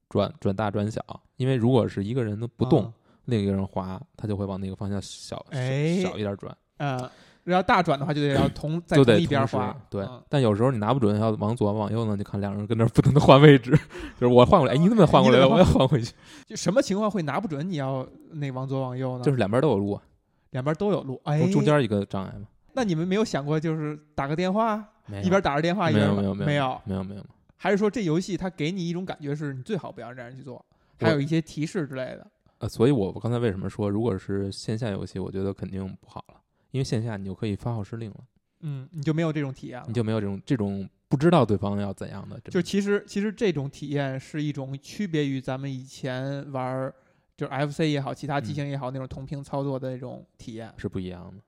S2: 转转大转小？因为如果是一个人都不动，
S1: 啊，
S2: 另一个人滑，他就会往那个方向小小
S1: 哎
S2: 小一点转，
S1: 嗯，要大转的话就得要同在
S2: 就
S1: 同
S2: 得
S1: 一边
S2: 同时
S1: 滑。
S2: 对
S1: 嗯，
S2: 但有时候你拿不准，要往左往右呢，就看两人跟那儿不停的换位置，就是我换过来，哎，你怎么也换过来了？
S1: 你怎
S2: 我
S1: 么
S2: 也换回去，
S1: 就什么情况会拿不准你要那往左往右呢？
S2: 就是两边都有路，啊
S1: 两边都有路，嗯哎，
S2: 中中。间一个障碍嘛。
S1: 那你们没有想过就是打个电话，
S2: 没有
S1: 一边打着电话一
S2: 没
S1: 边
S2: 有没有
S1: 没
S2: 没有没有没有，
S1: 还是说这游戏它给你一种感觉是你最好不要这样去做，还
S2: 我
S1: 有一些提示之类的。
S2: 呃，所以我刚才为什么说，如果是线下游戏，我觉得肯定不好了，因为线下你就可以发号施令了，
S1: 嗯，你就没有这种体验了
S2: 你。就没有这种这种不知道对方要怎样的这
S1: 就
S2: 种，
S1: 其实其实这种体验是一种区别于咱们以前玩儿就是 FC 也好，其他机
S2: 嗯
S1: 型也好、那种同屏操作的那种体验。
S2: 是不一样的，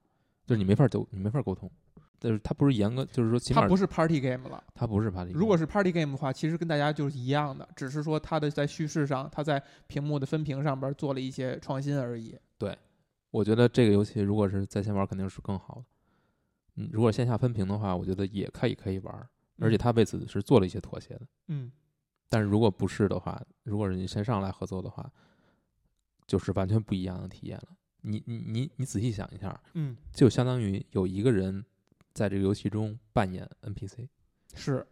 S2: 就是你没法沟，你没法沟通，但是它不是严格，就是说起
S1: 它
S2: 码
S1: 不是 party game 了，
S2: 它不是帕里，
S1: 如果是 party game 的话，其实跟大家就是一样的，只是说它的在叙事上，它在屏幕的分屏上边做了一些创新而已。
S2: 我觉得这个游戏如果是在线玩，肯定是更好的。嗯，如果线下分屏的话，我觉得也可以可以玩，而且它为此是做了一些妥协的。
S1: 嗯，
S2: 但是如果不是的话，如果是你线上来合作的话，就是完全不一样的体验了。你你你你仔细想一下，
S1: 嗯
S2: 就相当于有一个人在这个游戏中扮演 NPC，
S1: 是，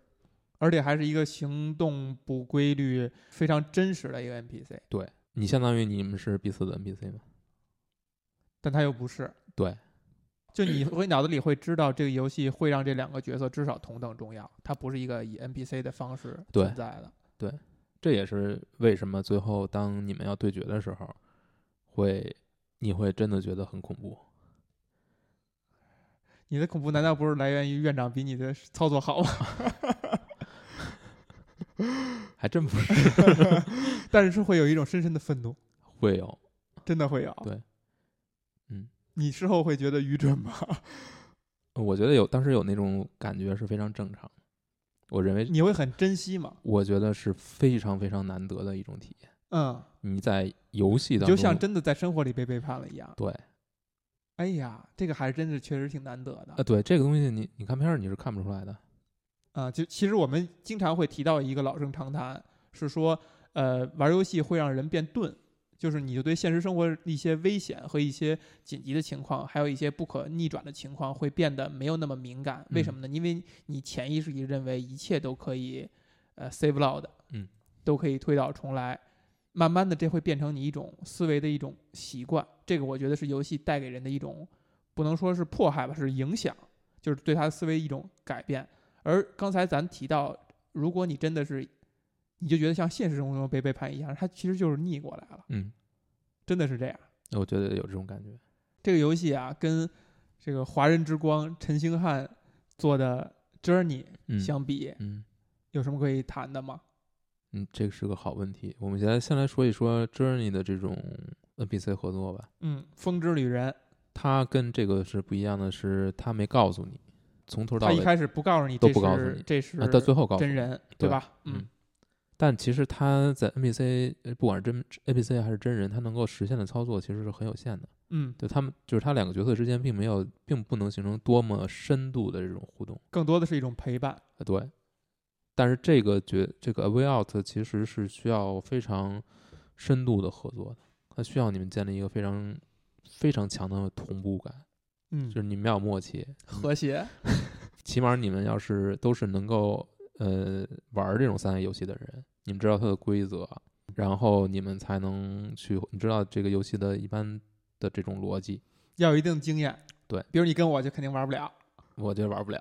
S1: 而且还是一个行动不规律、非常真实的一个 NPC，
S2: 对你相当于你们是彼此的 NPC 嘛？
S1: 但它又不是。
S2: 对，
S1: 就你会脑子里会知道这个游戏会让这两个角色至少同等重要，它不是一个以 NPC 的方式
S2: 对
S1: 存在的。
S2: 这也是为什么最后当你们要对决的时候，会你会真的觉得很恐怖。
S1: 你的恐怖难道不是来源于院长比你的操作好吗？ *laughs*
S2: 还真不是 *laughs*
S1: 但是会有一种深深的愤怒，
S2: 会有，
S1: 真的会有。
S2: 对嗯，
S1: 你事后会觉得愚蠢吗？
S2: 我觉得有当时有那种感觉是非常正常的。我认为，
S1: 你会很珍惜吗？
S2: 我觉得是非常非常难得的一种体验。
S1: 嗯，
S2: 你在游戏
S1: 你
S2: 当
S1: 就
S2: 中，
S1: 像真的在生活里被背叛了一样。
S2: 对，
S1: 哎呀，这个还真是确实挺难得的
S2: 啊，对这个东西你，你看片儿你是看不出来的。
S1: 啊、就其实我们经常会提到一个老生常谈，是说，呃，玩游戏会让人变钝，就是你就对现实生活一些危险和一些紧急的情况，还有一些不可逆转的情况，会变得没有那么敏感。为什么呢？因为你潜意识里认为一切都可以，呃，save load，
S2: 嗯，
S1: 都可以推倒重来。慢慢的，这会变成你一种思维的一种习惯。这个我觉得是游戏带给人的一种，不能说是迫害吧，是影响。就是对他的思维一种改变。而刚才咱提到，如果你真的是，你就觉得像现实生活中被背叛一样，他其实就是逆过来了，
S2: 嗯，
S1: 真的是这样。
S2: 我觉得有这种感觉，
S1: 这个游戏啊，跟这个华人之光陈星汉做的《Journey
S2: 嗯》
S1: 相比，
S2: 嗯
S1: 有什么可以谈的吗？
S2: 嗯，这个是个好问题。我们现在先来说一说 Journey 的这种 NPC 合作吧。
S1: 嗯，风之旅人，
S2: 它跟这个是不一样的是，它没告诉你，从头到
S1: 他一
S2: 尾，
S1: 开始不告诉你
S2: 都
S1: 这
S2: 不告诉
S1: 是
S2: 你
S1: 这是
S2: 啊到最后告诉
S1: 真
S2: 你。
S1: 人，
S2: 对
S1: 吧？
S2: 嗯
S1: 嗯，
S2: 但其实它在 NPC，呃不管是真 NPC 还是真人，它能够实现的操作其实是很有限的。
S1: 嗯，
S2: 就他们就是他两个角色之间并没有，并不能形成多么深度的这种互动。
S1: 更多的是一种陪伴。
S2: 呃，对。但是这个角这个 A Way Out 其实是需要非常深度的合作的，它需要你们建立一个非常非常强的同步感，
S1: 嗯
S2: 就是嗯你们要有默契，
S1: 和谐。
S2: 起码你们要是都是能够呃玩儿这种三 A 游戏的人，你们知道它的规则，然后你们才能去，你知道这个游戏的一般的这种逻辑，
S1: 要有一定经验。
S2: 对，
S1: 比如你跟我就肯定玩不了。
S2: 我觉
S1: *laughs*
S2: 得玩不了。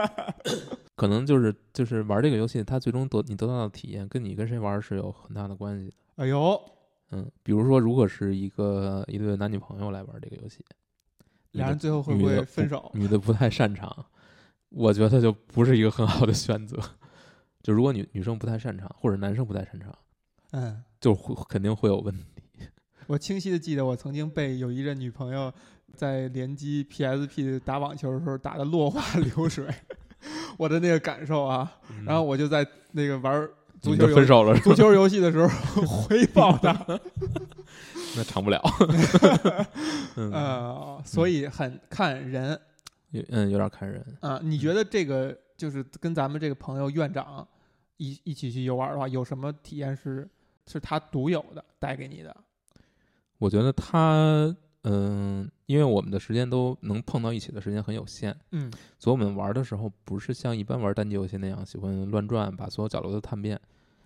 S2: *laughs* 可能就是就是玩这个游戏，它最终得你得到的体验，跟你跟谁玩儿是有很大的关系的。
S1: 哎呦，
S2: 嗯，比如说，如果是一个一对男女朋友来玩这个游戏，女
S1: 俩人
S2: 的
S1: 最后会
S2: 女
S1: 不
S2: 的
S1: 会
S2: 不
S1: 分手？
S2: 女的不太擅长，我觉得就不是一个很好的选择。就如果女女生不太擅长，或者男生不太擅长，
S1: 嗯，
S2: 就会肯定会有问题。
S1: 我清晰的记得我曾经被有一任女朋友在联机 PSP 打网球的时候打得落花 *laughs* 流水，我的那个感受啊。
S2: 嗯
S1: 然后我就在那个玩足
S2: 你
S1: 球
S2: 们就分
S1: 游
S2: 手了，是吧
S1: 足球游戏的时候 *laughs* 回报她。
S2: 那
S1: *laughs*
S2: 长不了。 *laughs* 嗯
S1: 呃，所以很看人
S2: 有嗯，有点看人。
S1: 啊、你
S2: 嗯
S1: 觉得这个就是跟咱们这个朋友院长一一起去游玩的话，有什么体验是是他独有的带给你的？
S2: 我觉得他嗯，因为我们的时间都能碰到一起的时间很有限，
S1: 嗯
S2: 所以我们玩的时候不是像一般玩单机游戏那样喜欢乱转，把所有角落都探遍，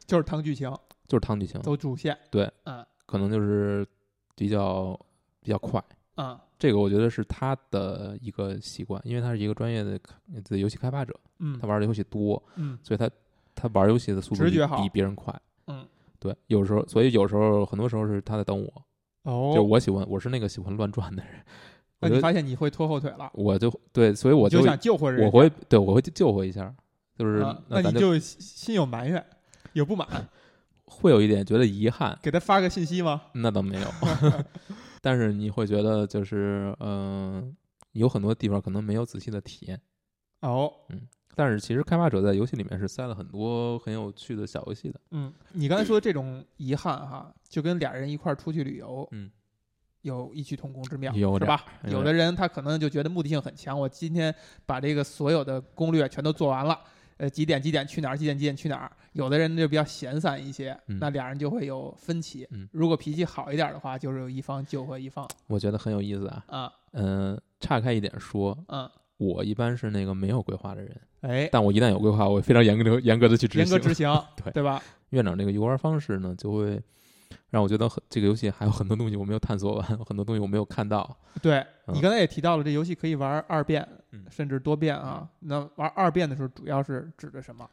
S1: 就是趟剧情，
S2: 就是趟剧情。
S1: 走主线。
S2: 对，
S1: 嗯
S2: 可能就是比较比较快。
S1: 嗯
S2: 这个我觉得是他的一个习惯，因为他是一个专业的开的游戏开发者，
S1: 嗯
S2: 他玩的游戏多，
S1: 嗯
S2: 所以他他玩游戏的速度
S1: 直
S2: 比
S1: 觉好
S2: 比别人快。
S1: 嗯，
S2: 对，有时候，所以有时候很多时候是他在等我，
S1: 哦，
S2: 就我喜欢我是那个喜欢乱转的人，
S1: 那
S2: 我觉
S1: 你
S2: 得
S1: 发现你会拖后腿了，
S2: 我就对，所以我
S1: 你
S2: 就
S1: 想救回人家，
S2: 我会对我会救回一下，就是、
S1: 啊那
S2: 那咱
S1: 你就心心有埋怨，有不满，
S2: 会有一点觉得遗憾，
S1: 给他发个信息吗？
S2: 那倒
S1: *laughs*
S2: 没有，但是你会觉得就是嗯、有很多地方可能没有仔细的体验。
S1: 哦，
S2: 但是其实开发者在游戏里面是塞了很多很有趣的小游戏的，
S1: 嗯，你刚才说这种遗憾哈，就跟俩人一块儿出去旅游，
S2: 嗯，
S1: 有异曲同工之妙，
S2: 有
S1: 是
S2: 点
S1: 吧？
S2: 有
S1: 有的人他可能就觉得目的性很强，我今天把这个所有的攻略全都做完了。呃，几点几点去哪儿？几点几点去哪儿？有的人就比较闲散一些，
S2: 嗯
S1: 那俩人就会有分歧。
S2: 嗯
S1: 如果脾气好一点的话，就是有一方救回一方
S2: 我觉得很有意思啊。
S1: 啊，
S2: 嗯、岔开一点说，
S1: 嗯，
S2: 我一般是那个没有规划的人，
S1: 哎，
S2: 但我一旦有规划，我会非常严格严格的去执
S1: 严
S2: 行。
S1: 格执行，
S2: 对
S1: 对吧？
S2: 院长这个游玩方式呢，就会让我觉得很这个游戏还有很多东西我没有探索完， *laughs* 很多东西我没有看到。
S1: 对你
S2: 嗯
S1: 刚才也提到了，这游戏可以玩二遍，
S2: 嗯
S1: 甚至多遍啊。那玩二遍的时候，主要是指的什么？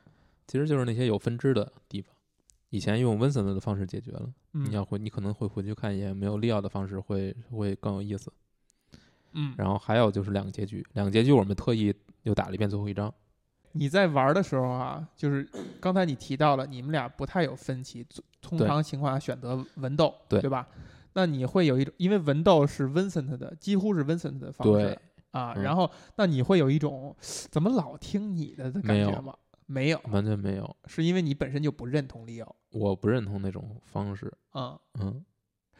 S2: 其实就是那些有分支的地方，以前用 Vincent 的方式解决了，
S1: 嗯，
S2: 你要回你可能会回去看一眼，没有利奥的方式会会更有意思。
S1: 嗯，
S2: 然后还有就是两个结局，两个结局我们特意又打了一遍最后一章。
S1: 你在玩的时候啊，就是刚才你提到了，你们俩不太有分歧，通通
S2: 对
S1: 常情况下选择文斗，
S2: 对
S1: 吧？那你会有一种，因为文斗是 Vincent 的，几乎是 Vincent 的方式
S2: 对，
S1: 啊。
S2: 嗯
S1: 然后，那你会有一种怎么老听你的的感
S2: 没有
S1: 觉吗？没有，
S2: 完全没有，
S1: 是因为你本身就不认同理由。
S2: 我不认同那种方式，
S1: 嗯， *laughs*
S2: 嗯，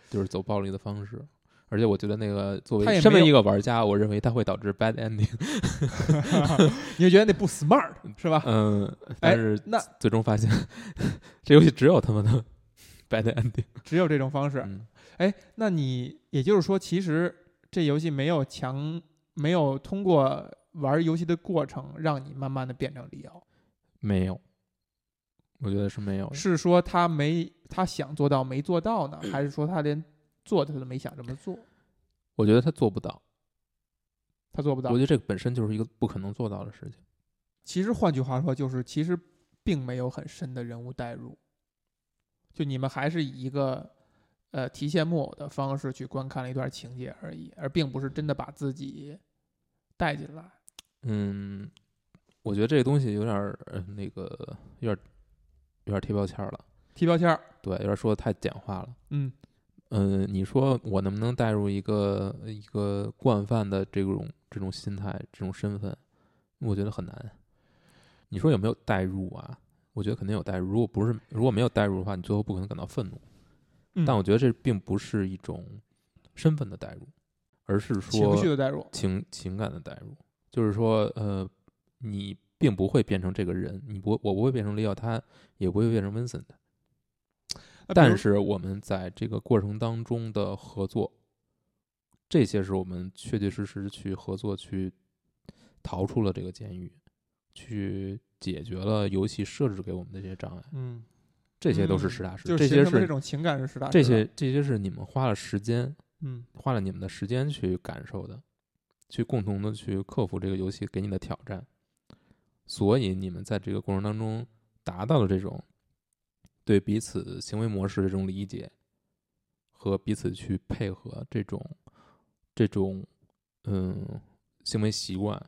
S2: 就是走暴力的方式。而且我觉得那个作
S1: 他也
S2: 为
S1: 没
S2: 身为
S1: 有
S2: 一个玩家，我认为它会导致 bad ending。
S1: 你就觉得那不 smart 是
S2: *laughs*
S1: 吧？哎
S2: 嗯，但是
S1: 那
S2: 最终发现这游戏只有他妈的 *laughs* bad ending。
S1: 只有这种方式。
S2: 嗯，
S1: 哎，那你也就是说，其实这游戏没有强，没有通过玩游戏的过程让你慢慢的变成理由，
S2: 没有，我觉得是没有的。
S1: 是说他没他想做到没做到呢，还是说他连做他都没想这么做？
S2: 我觉得他做不到，
S1: 他做不到
S2: 我觉。得这个本身就是一个不可能做到的事情。
S1: 其实换句话说，就是其实并没有很深的人物代入，就你们还是以一个呃提线木偶的方式去观看了一段情节而已，而并不是真的把自己带进来。
S2: 嗯，我觉得这个东西有点儿、呃、那个，有点儿有点儿贴标签儿了，
S1: 贴标签儿，
S2: 对，有点儿说的太简化了。
S1: 嗯，
S2: 嗯，你说我能不能带入一个一个惯犯的这种这种心态、这种身份？我觉得很难。你说有没有代入啊？我觉得肯定有代入。如果不是，如果没有代入的话，你最后不可能感到愤怒。
S1: 嗯
S2: 但我觉得这并不是一种身份的代入，而是说
S1: 情绪的代入，
S2: 情情感的代入，就是说，呃，你并不会变成这个人，你不，我不会变成利奥，他也不会变成温森的。
S1: 啊那比如
S2: 但是我们在这个过程当中的合作，这些是我们确确实实去合作，去逃出了这个监狱，去解决了游戏设置给我们的这些障碍，
S1: 嗯，
S2: 这些都是
S1: 嗯
S2: 实打实，
S1: 就是
S2: 这
S1: 形
S2: 些
S1: 成了这
S2: 是
S1: 种情感是实打实
S2: 这
S1: 的
S2: 些这些是你们花了时间，
S1: 嗯
S2: 花了你们的时间去感受的，去共同的去克服这个游戏给你的挑战，所以你们在这个过程当中达到了这种对彼此行为模式的这种理解和彼此去配合这种这种嗯行为习惯，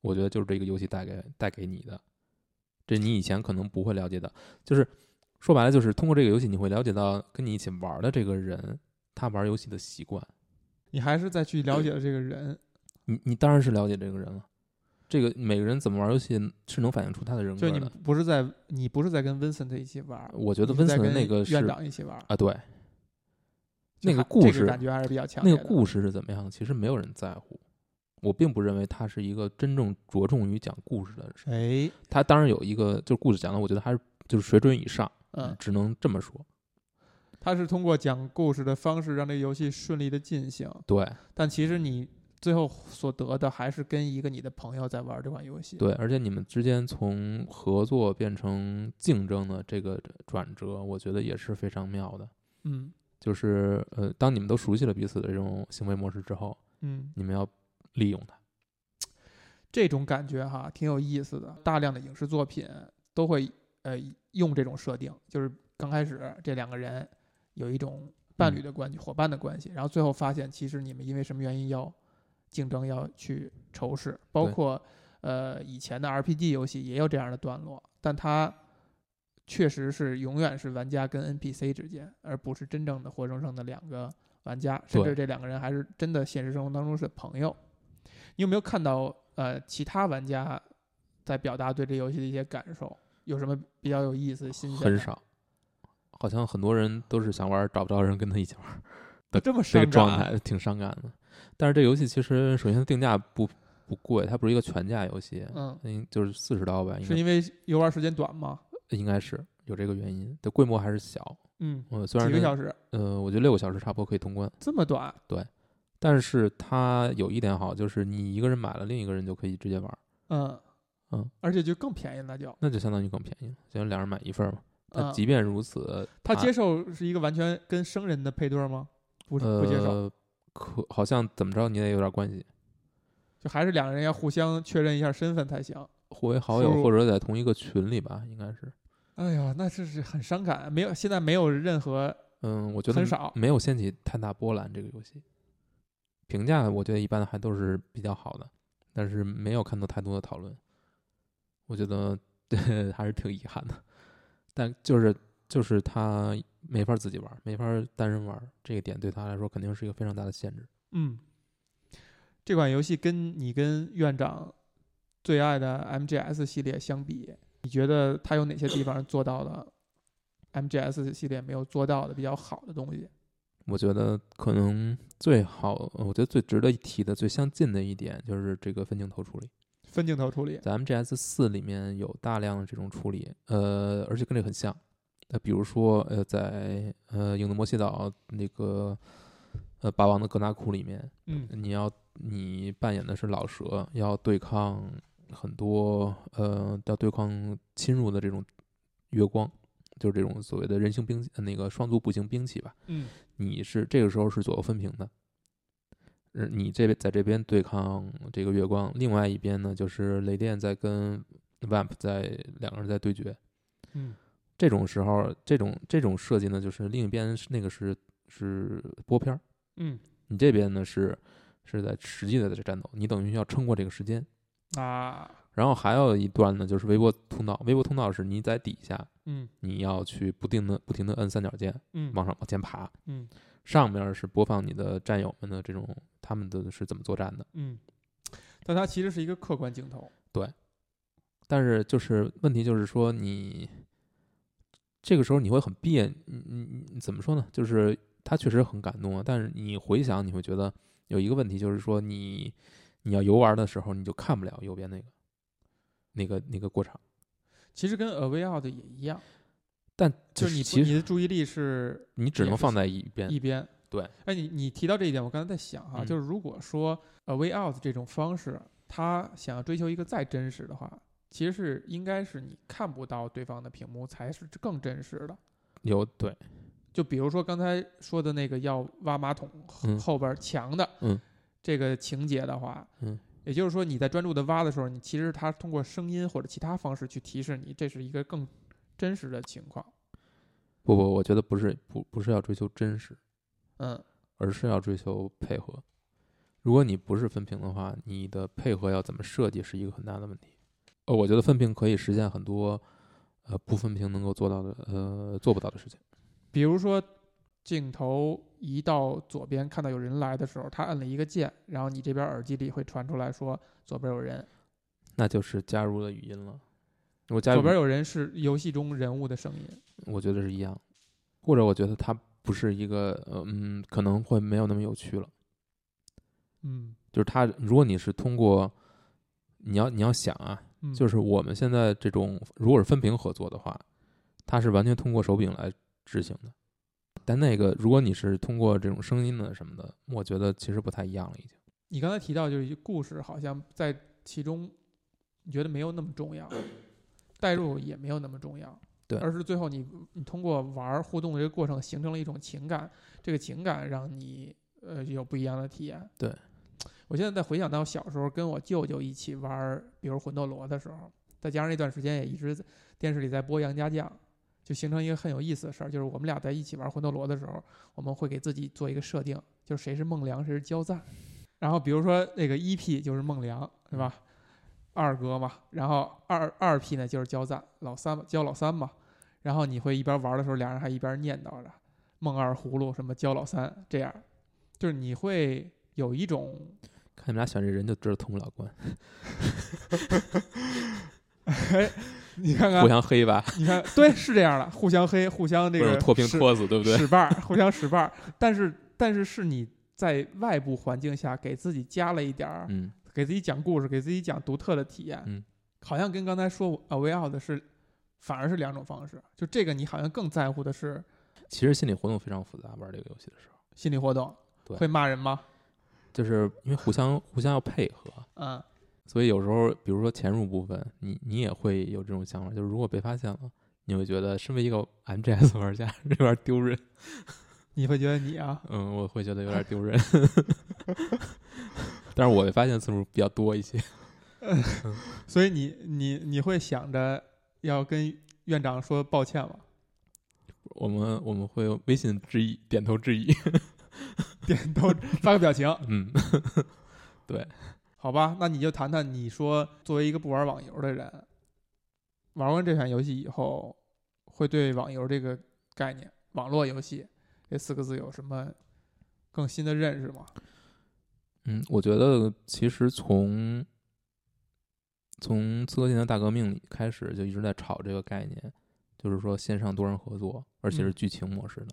S2: 我觉得就是这个游戏带给带给你的，这你以前可能不会了解的，就是说白了就是通过这个游戏你会了解到跟你一起玩儿的这个人他玩游戏的习惯。
S1: 你还是再去了解了这个人，
S2: 你你当然是了解这个人了，这个每个人怎么玩游戏是能反映出他的人
S1: 就
S2: 格
S1: 你
S2: 的。
S1: 不是在你不是在跟 Vincent 一起玩儿，
S2: 我觉得
S1: 你是
S2: 温
S1: 在
S2: 森的
S1: 跟
S2: 那个是
S1: 院长一起玩儿，
S2: 啊，对，那个
S1: 还
S2: 故
S1: 这
S2: 事
S1: 感觉还是比较强
S2: 那
S1: 烈的。
S2: 个故事是怎么样，其实没有人在乎。我并不认为他是一个真正着重于讲故事的人，
S1: 哎，
S2: 他当然有一个就是故事讲的，我觉得还是就是水准以上，
S1: 嗯，
S2: 只能这么说。
S1: 他是通过讲故事的方式让这个游戏顺利的进行，
S2: 对
S1: 但其实你最后所得的还是跟一个你的朋友在玩这款游戏。，
S2: 对，而且你们之间从合作变成竞争的这个转折，我觉得也是非常妙的。
S1: 嗯
S2: 就是呃，当你们都熟悉了彼此的这种行为模式之后，
S1: 嗯，
S2: 你们要利用它。
S1: 这种感觉哈挺有意思的。大量的影视作品都会呃用这种设定，就是刚开始这两个人有一种伴侣的关系、伙伴的关系，然后最后发现其实你们因为什么原因要竞争、要去仇视，包
S2: 对
S1: 括呃以前的 RPG 游戏也有这样的段落，但它确实是永远是玩家跟 NPC 之间，而不是真正的活生生的两个玩家，甚
S2: 对
S1: 至这两个人还是真的现实生活当中是朋友。你有没有看到呃其他玩家在表达对这游戏的一些感受？有什么比较有意思、新鲜的？
S2: 很少，好像很多人都是想玩，找不着人跟他
S1: *laughs*
S2: 一起玩儿的
S1: 这么
S2: 这
S1: 伤
S2: 个
S1: 感
S2: 状态挺伤感的。但是这游戏其实首先定价不不贵，它不是一个全价游戏，
S1: 嗯，
S2: 嗯，就是四十刀吧，应
S1: 是
S2: 该
S1: 因为游玩时间短吗？
S2: 应该是有这个原因。它规模还是小，
S1: 嗯，
S2: 呃，虽
S1: 几
S2: 然
S1: 个
S2: 它
S1: 小时
S2: 呃，我觉得六个小时差不多可以通关，
S1: 这么短，
S2: 但是它有一点好，就是你一个人买了，另一个人就可以直接玩儿，
S1: 嗯
S2: 嗯，
S1: 而且就更便宜了，那就
S2: 那就相当于更便宜了，像两人买一份儿嘛。但
S1: 嗯，
S2: 即便如此，
S1: 他
S2: 啊
S1: 接受是一个完全跟生人的配对吗？不是不接受，
S2: 呃，可好像怎么着你也有点关系，
S1: 就还是两个人要互相确认一下身份才行。
S2: 互为好
S1: 输入
S2: 友或者在同一个群里吧，应该是。
S1: 哎呀，那这是很伤感，没有现在没有任何
S2: 嗯，我觉得
S1: 很少
S2: 没有掀起太大波澜。这个游戏评价我觉得一般还都是比较好的，但是没有看到太多的讨论，我觉得 *laughs* 对还是挺遗憾的。但就是就是他没法自己玩儿，没法单人玩儿，这一点对他来说肯定是一个非常大的限制。
S1: 嗯，这款游戏跟你跟院长最爱的 MGS 系列相比，你觉得它有哪些地方做到了 MGS 系列没有做到的比较好的东西？
S2: 我觉得可能最好，呃我觉得最值得一提的、最相近的一点就是这个分镜头处理。
S1: 分镜头处理，
S2: 在 MGS 四里面有大量的这种处理，呃，而且跟这个很像。那比如说，呃，在呃《影子摩西岛》那个呃《霸王的格纳库》里面，
S1: 嗯
S2: 你要你扮演的是老蛇，要对抗很多呃要对抗侵入的这种月光，就是这种所谓的人形兵器，呃那个双足步行兵器吧。
S1: 嗯
S2: 你是这个时候是左右分屏的，呃你这边在这边对抗这个月光，另外一边呢就是雷电在跟 Vamp 在两个人在对决。
S1: 嗯
S2: 这种时候，这种这种设计呢，就是另一边是那个是是播片儿，
S1: 嗯
S2: 你这边呢是是在实际的在这战斗，你等于要撑过这个时间。
S1: 啊
S2: 然后还有一段呢，就是微波通道，微波通道是你在底下，
S1: 嗯
S2: 你要去不定的不停的摁三角键
S1: 嗯
S2: 往上往前爬，
S1: 嗯
S2: 上面是播放你的战友们的这种他们的是怎么作战的。
S1: 嗯，但它其实是一个客观镜头。
S2: 但是就是问题就是说你这个时候你会很别，你你你怎么说呢？就是他确实很感动啊，但是你回想你会觉得有一个问题就是说你你要游玩的时候你就看不了右边那个那个那个过场，
S1: 其实跟 A Way Out 也一样，
S2: 但
S1: 就是你不
S2: 其
S1: 你
S2: 实
S1: 的注意力是
S2: 你只能放在一边，
S1: 一边。
S2: 对，
S1: 哎，你你提到这一点，我刚才在想哈、
S2: 嗯
S1: 就是如果说 A Way Out 这种方式，他想要追求一个再真实的话，其实是应该是你看不到对方的屏幕才是更真实的。
S2: 有对，
S1: 就比如说刚才说的那个要挖马桶后
S2: 嗯
S1: 后边儿墙的，
S2: 嗯
S1: 这个情节的话，
S2: 嗯，
S1: 也就是说你在专注的挖的时候，你其实它通过声音或者其他方式去提示你，这是一个更真实的情况。
S2: 不不，我觉得不是不不是要追求真实，
S1: 嗯
S2: 而是要追求配合。如果你不是分屏的话，你的配合要怎么设计是一个很大的问题。呃，我觉得分屏可以实现很多，呃，不分屏能够做到的，呃，做不到的事情。
S1: 比如说镜头移到左边，看到有人来的时候，他摁了一个键，然后你这边耳机里会传出来说左边有人，
S2: 那就是加入了语音了。我加入
S1: 左边，有人是游戏中人物的声音。
S2: 我觉得是一样，或者我觉得它不是一个，呃嗯，可能会没有那么有趣了。
S1: 嗯，
S2: 就是它，如果你是通过，你要你要想啊，
S1: 嗯
S2: 就是我们现在这种如果是分屏合作的话，它是完全通过手柄来执行的。但那个如果你是通过这种声音的什么的，我觉得其实不太一样了，已经。
S1: 你刚才提到，就是一故事好像在其中，你觉得没有那么重要，代入也没有那么重要，
S2: 对
S1: 而是最后你你通过玩儿互动的这个过程，形成了一种情感，这个情感让你呃有不一样的体验。
S2: 对，
S1: 我现在在回想到小时候跟我舅舅一起玩儿，比如魂斗罗的时候，再加上那段时间也一直在电视里在播《杨家将》。就形成一个很有意思的事儿，就是我们俩在一起玩魂斗罗的时候，我们会给自己做一个设定，就是谁是孟良，谁是焦赞。然后比如说那个一 P 就是孟良，是吧？二哥嘛，然后二二 P 呢就是焦赞，老三嘛，焦老三嘛。然后你会一边玩的时候，俩人还一边念叨着孟二葫芦什么焦老三这样，就是你会有一种
S2: 看你们俩选这人就知道通不了关，
S1: *laughs* 你看
S2: 互
S1: 看
S2: 相黑吧，
S1: 你看对是这样的，互相黑，互啊相这
S2: 各
S1: 个
S2: 种脱贫
S1: 使
S2: 脱子，对不对？
S1: 使绊儿，互相使绊儿。但是但是是你在外部环境下给自己加了一点儿
S2: 嗯，
S1: 给自己讲故事，给自己讲独特的体验。
S2: 嗯，
S1: 好像跟刚才说 away out 的是，反而是两种方式。就这个，你好像更在乎的是
S2: 其实心理活动非常复杂，玩这个游戏的时候，
S1: 心理活动，
S2: 对
S1: 会骂人吗？
S2: 就是因为互相互相要配合，
S1: 嗯
S2: 所以有时候比如说潜入部分，你你也会有这种想法，就是如果被发现了，你会觉得身为一个 MGS 玩家 *laughs* 有点丢人。
S1: 你会觉得你 *laughs* 啊，
S2: 嗯，我会觉得有点丢人， *laughs* 但是我发现次数比较多一些。
S1: 所以你你你会想着要跟院长说抱歉吗？
S2: 我们我们会微信致意，点头致意。
S1: 点头 *laughs* 发个表情，
S2: 嗯，
S1: 好吧？那你就谈谈，你说作为一个不玩网游的人，玩完这款游戏以后，会对网游这个概念“网络游戏”这四个字有什么更新的认识吗？
S2: 嗯，我觉得其实从从《刺客信条：大革命》里开始就一直在炒这个概念，就是说线上多人合作，而且是
S1: 嗯
S2: 剧情模式的，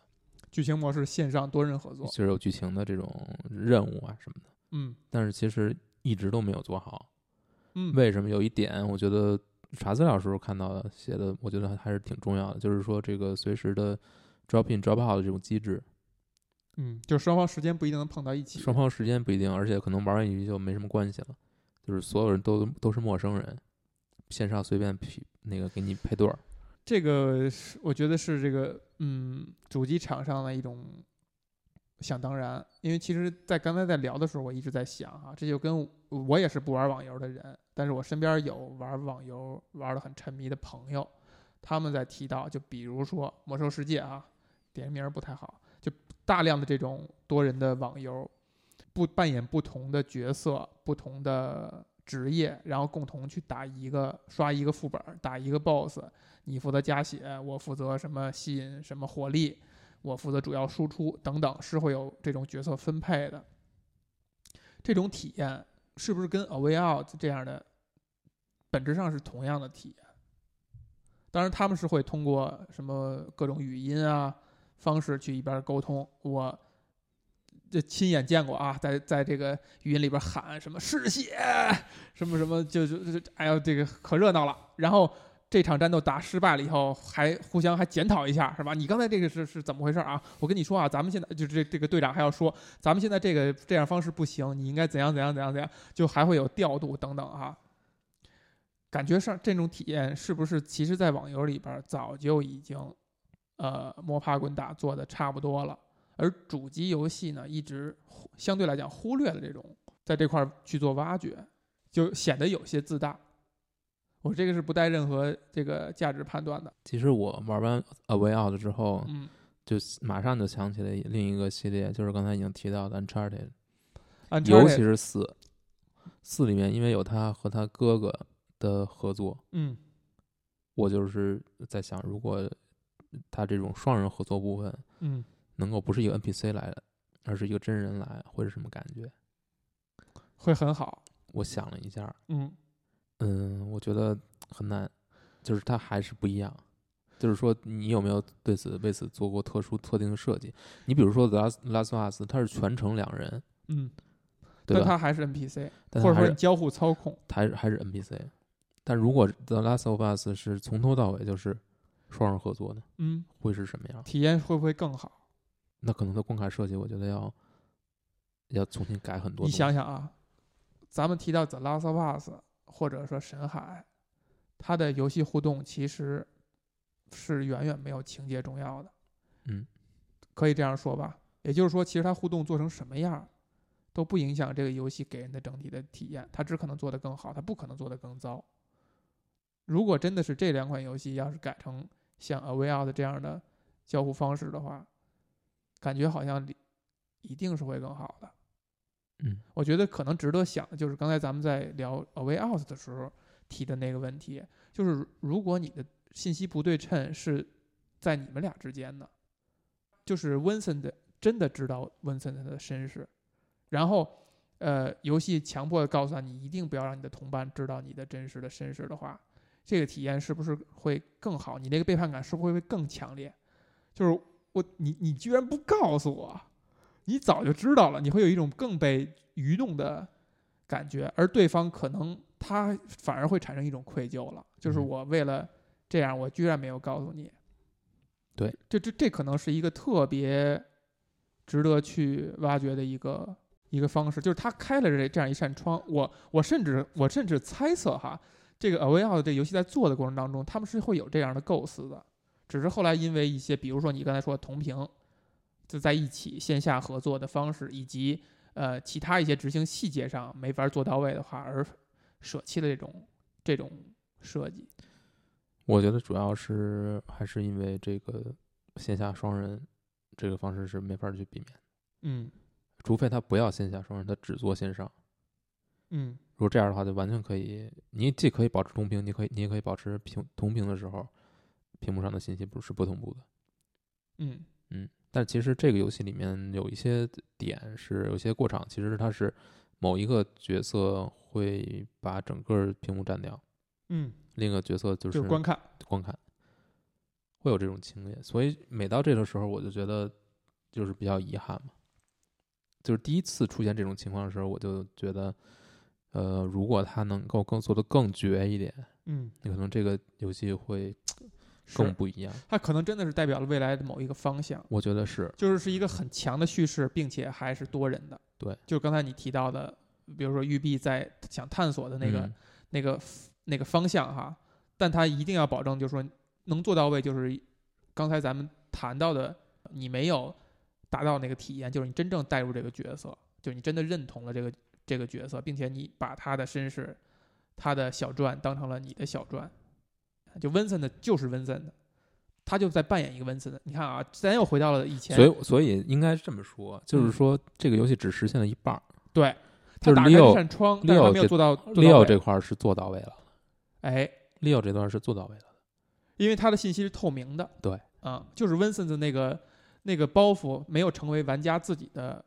S1: 剧情模式线上多人合作。
S2: 就是有剧情的这种任务啊什么的。
S1: 嗯
S2: 但是其实一直都没有做好。
S1: 嗯，
S2: 为什么？有一点，我觉得查资料时候看到的写的，我觉得还是挺重要的，就是说这个随时的 drop in drop out 的这种机制，
S1: 嗯，就是双方时间不一定能碰到一起。
S2: 双方时间不一定，而且可能玩完一局就没什么关系了，就是所有人都都是陌生人，线上随便匹那个给你配对儿，
S1: 这个是我觉得是这个嗯，主机厂商的一种想当然，因为其实，在刚才在聊的时候，我一直在想啊，这就跟我也是不玩网游的人，但是我身边有玩网游玩的很沉迷的朋友，他们在提到，就比如说《魔兽世界》啊，点名儿不太好，就大量的这种多人的网游，不扮演不同的角色、不同的职业，然后共同去打一个刷一个副本儿，打一个 BOSS，你负责加血，我负责什么吸引什么火力，我负责主要输出等等，是会有这种角色分配的。这种体验是不是跟 A Way Out 这样的本质上是同样的体验？当然，他们是会通过什么各种语音啊方式去一边沟通。我这亲眼见过啊，在在这个语音里边喊什么嗜血，什么什么，就就就，哎呦，这个可热闹了。然后这场战斗打失败了以后，还互相还检讨一下，是吧？你刚才这个是是怎么回事啊？我跟你说啊，咱们现在就是这这个队长还要说，咱们现在这个这样方式不行，你应该怎样怎样怎样怎样，就还会有调度等等啊。感觉上这种体验是不是其实，在网游里边儿早就已经，呃，摸爬滚打做的差不多了，而主机游戏呢，一直忽相对来讲忽略了这种在这块儿去做挖掘，就显得有些自大。我这个是不带任何这个价值判断的。
S2: 其实我玩完《A Way Out》之后，
S1: 嗯，
S2: 就马上就想起了另一个系列，就是刚才已经提到的《Uncharted》，
S1: 啊，
S2: 尤其是四，四里面因为有他和他哥哥的合作，
S1: 嗯
S2: 我就是在想，如果他这种双人合作部分
S1: 嗯，
S2: 能够不是一个 NPC 来的，而是一个真人来，会是什么感觉？
S1: 会很好。
S2: 我想了一下，
S1: 嗯，
S2: 嗯，我觉得很难，就是它还是不一样。就是说，你有没有对此为此做过特殊特定的设计？你比如说《The Last Last of Us》，它是全程两人，
S1: 嗯，
S2: 对
S1: 但
S2: 吧？
S1: 它还是 NPC，
S2: 但
S1: 或者
S2: 它还
S1: 说你
S2: 是
S1: 交互操控，
S2: 还是还是 NPC。但如果《The Last of Us》是从头到尾就是双人合作的，
S1: 嗯，
S2: 会是什么样？
S1: 体验会不会更好？
S2: 那可能它关卡设计，我觉得要要重新改很多东
S1: 你
S2: 西。
S1: 想想啊，咱们提到《The Last of Us》或者说《神海》，它的游戏互动其实是远远没有情节重要的。
S2: 嗯，
S1: 可以这样说吧。也就是说，其实它互动做成什么样儿，都不影响这个游戏给人的整体的体验。它只可能做得更好，它不可能做得更糟。如果真的是这两款游戏要是改成像《A Way Out》这样的交互方式的话，感觉好像一定是会更好的。
S2: 嗯，
S1: 我觉得可能值得想的就是刚才咱们在聊 A Way Out 的时候提的那个问题，就是如果你的信息不对称是在你们俩之间的，就是 Vincent 真的知道 Vincent 的身世，然后呃，游戏强迫地告诉他你一定不要让你的同伴知道你的真实的身世的话，这个体验是不是会更好？你那个背叛感是不是会更强烈？就是我你你居然不告诉我，你早就知道了，你会有一种更被愚弄的感觉，而对方可能他反而会产生一种愧疚了，就是
S2: 嗯
S1: 我为了这样，我居然没有告诉你。
S2: 对，
S1: 这这这可能是一个特别值得去挖掘的一个一个方式，就是他开了这这样一扇窗。我我甚至我甚至猜测哈，这个 Away Out 这游戏在做的过程当中，他们是会有这样的构思的，只是后来因为一些，比如说你刚才说的同屏，就在一起线下合作的方式，以及呃其他一些执行细节上没法做到位的话，而舍弃了这种这种设计。
S2: 我觉得主要是还是因为这个线下双人这个方式是没法去避免，
S1: 嗯
S2: 除非他不要线下双人，他只做线上。
S1: 嗯
S2: 如果这样的话，就完全可以，你既可以保持同屏，你可以你也可以保持屏同屏的时候，屏幕上的信息不是不同步的。
S1: 嗯
S2: 但其实这个游戏里面有一些点是有一些过场，其实它是某一个角色会把整个屏幕占掉，
S1: 嗯，
S2: 另一个角色就
S1: 就是是观看。
S2: 观看，会有这种情节。所以每到这个时候，我就觉得就是比较遗憾嘛。就是第一次出现这种情况的时候，我就觉得，呃，如果他能够更做的更绝一点，
S1: 嗯，
S2: 那可能这个游戏会更
S1: 是
S2: 不一样。
S1: 它可能真的是代表了未来的某一个方向。
S2: 我觉得是，
S1: 就是是一个很强的叙事，并且还是多人的。
S2: 对，
S1: 就刚才你提到的，比如说育碧在想探索的那个、
S2: 嗯
S1: 那个 f- 那个方向哈，但他一定要保证，就是说能做到位，就是刚才咱们谈到的，你没有达到那个体验，就是你真正带入这个角色，就是你真的认同了这个这个角色，并且你把他的身世、他的小传当成了你的小传。就 Vincent 的就是 Vincent 的，他就在扮演一个 Vincent 的。你看啊，咱又回到了以前，
S2: 所以所以应该是这么说，就是说这个游戏只实现了一半儿。
S1: 对他
S2: 就是
S1: 打开这
S2: Leo-
S1: 扇窗，但是他
S2: Leo
S1: 没有
S2: 这
S1: 做到做到
S2: Leo
S1: 位
S2: 这块儿是做到位了
S1: 哎，
S2: ，Leo 这段是做到位了。
S1: 因为他的信息是透明的。
S2: 对，
S1: 啊，就是 Vincent 的那个那个包袱没有成为玩家自己的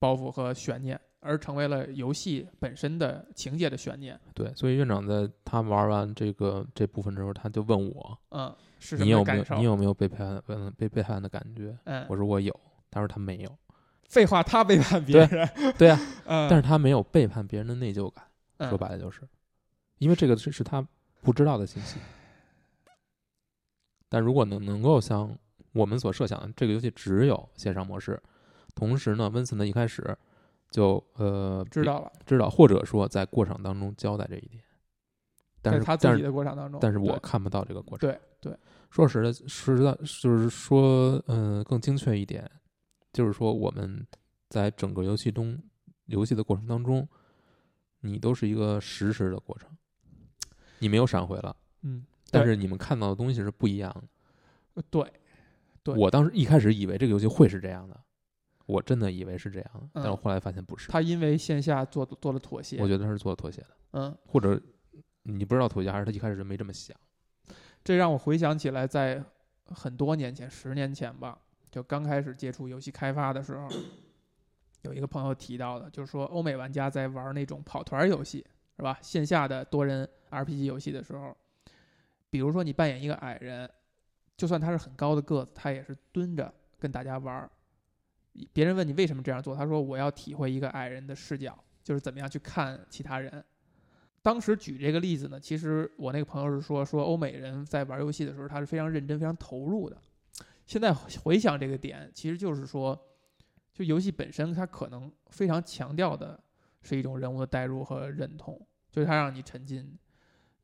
S1: 包袱和悬念，而成为了游戏本身的情节的悬念。
S2: 对，所以院长在他玩完这个这部分之后，他就问我，
S1: 嗯，是什
S2: 你
S1: 么
S2: 有没
S1: 感
S2: 有
S1: 受？
S2: 你有没有被背叛嗯被背叛的感觉？
S1: 嗯，
S2: 我说我有，他说他没
S1: *laughs*
S2: 有，
S1: 废话，他背叛别人，
S2: 对啊，
S1: 嗯，
S2: 但是他没有背叛别人的内疚感，
S1: 是
S2: 说白了就是，因为这个是是他不知道的信息。但如果能能够像我们所设想的，这个游戏只有线上模式，同时呢，温森的一开始就呃
S1: 知道了，
S2: 知道，或者说在过程当中交代这一点，但
S1: 在
S2: 是
S1: 他自
S2: 但
S1: 己
S2: 是
S1: 的过程当中，
S2: 但是我
S1: 对
S2: 看不到这个过程。
S1: 对对，
S2: 说实在，实在就是说，嗯、更精确一点，就是说我们在整个游戏中，游戏的过程当中，你都是一个实时的过程，你没有闪回了，
S1: 嗯，
S2: 但是你们看到的东西是不一样的。
S1: 对，对
S2: 我当时一开始以为这个游戏会是这样的，我真的以为是这样的，但是
S1: 嗯
S2: 后来发现不是，
S1: 他因为线下做做了妥协
S2: 我，觉得他是做了妥协的，
S1: 嗯，
S2: 或者你不知道妥协，还是他一开始就没这么想。
S1: 这让我回想起来，在很多年前，十年前吧，就刚开始接触游戏开发的时候，有一个朋友提到的，就是说欧美玩家在玩那种跑团游戏，是吧？线下的多人 RPG 游戏的时候，比如说你扮演一个矮人，就算他是很高的个子，他也是蹲着跟大家玩儿。别人问你为什么这样做，他说我要体会一个矮人的视角，就是怎么样去看其他人。当时举这个例子呢，其实我那个朋友是说，说欧美人在玩游戏的时候，他是非常认真、非常投入的。现在回想这个点，其实就是说，就游戏本身，它可能非常强调的是一种人物的代入和认同，就是它让你沉浸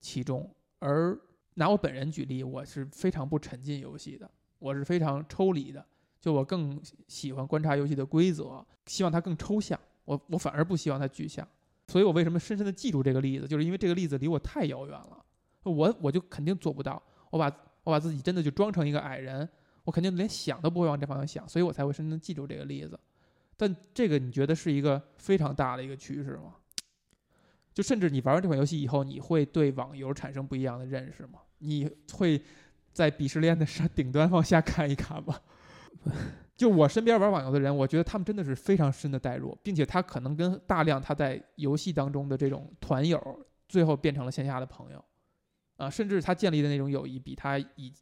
S1: 其中。而拿我本人举例，我是非常不沉浸游戏的，我是非常抽离的，就我更喜欢观察游戏的规则，希望它更抽象，我我反而不希望它具象。所以我为什么深深的记住这个例子，就是因为这个例子离我太遥远了，我我就肯定做不到。我把我把自己真的就装成一个矮人，我肯定连想都不会往这方向想，所以我才会深深的记住这个例子。但这个你觉得是一个非常大的一个趋势吗？就甚至你玩完这款游戏以后，你会对网游产生不一样的认识吗？你会在鄙视链的上顶端往下看一看吗？就我身边玩网游的人，我觉得他们真的是非常深的代入，并且他可能跟大量他在游戏当中的这种团友，最后变成了线下的朋友，啊，甚至他建立的那种友谊，比他以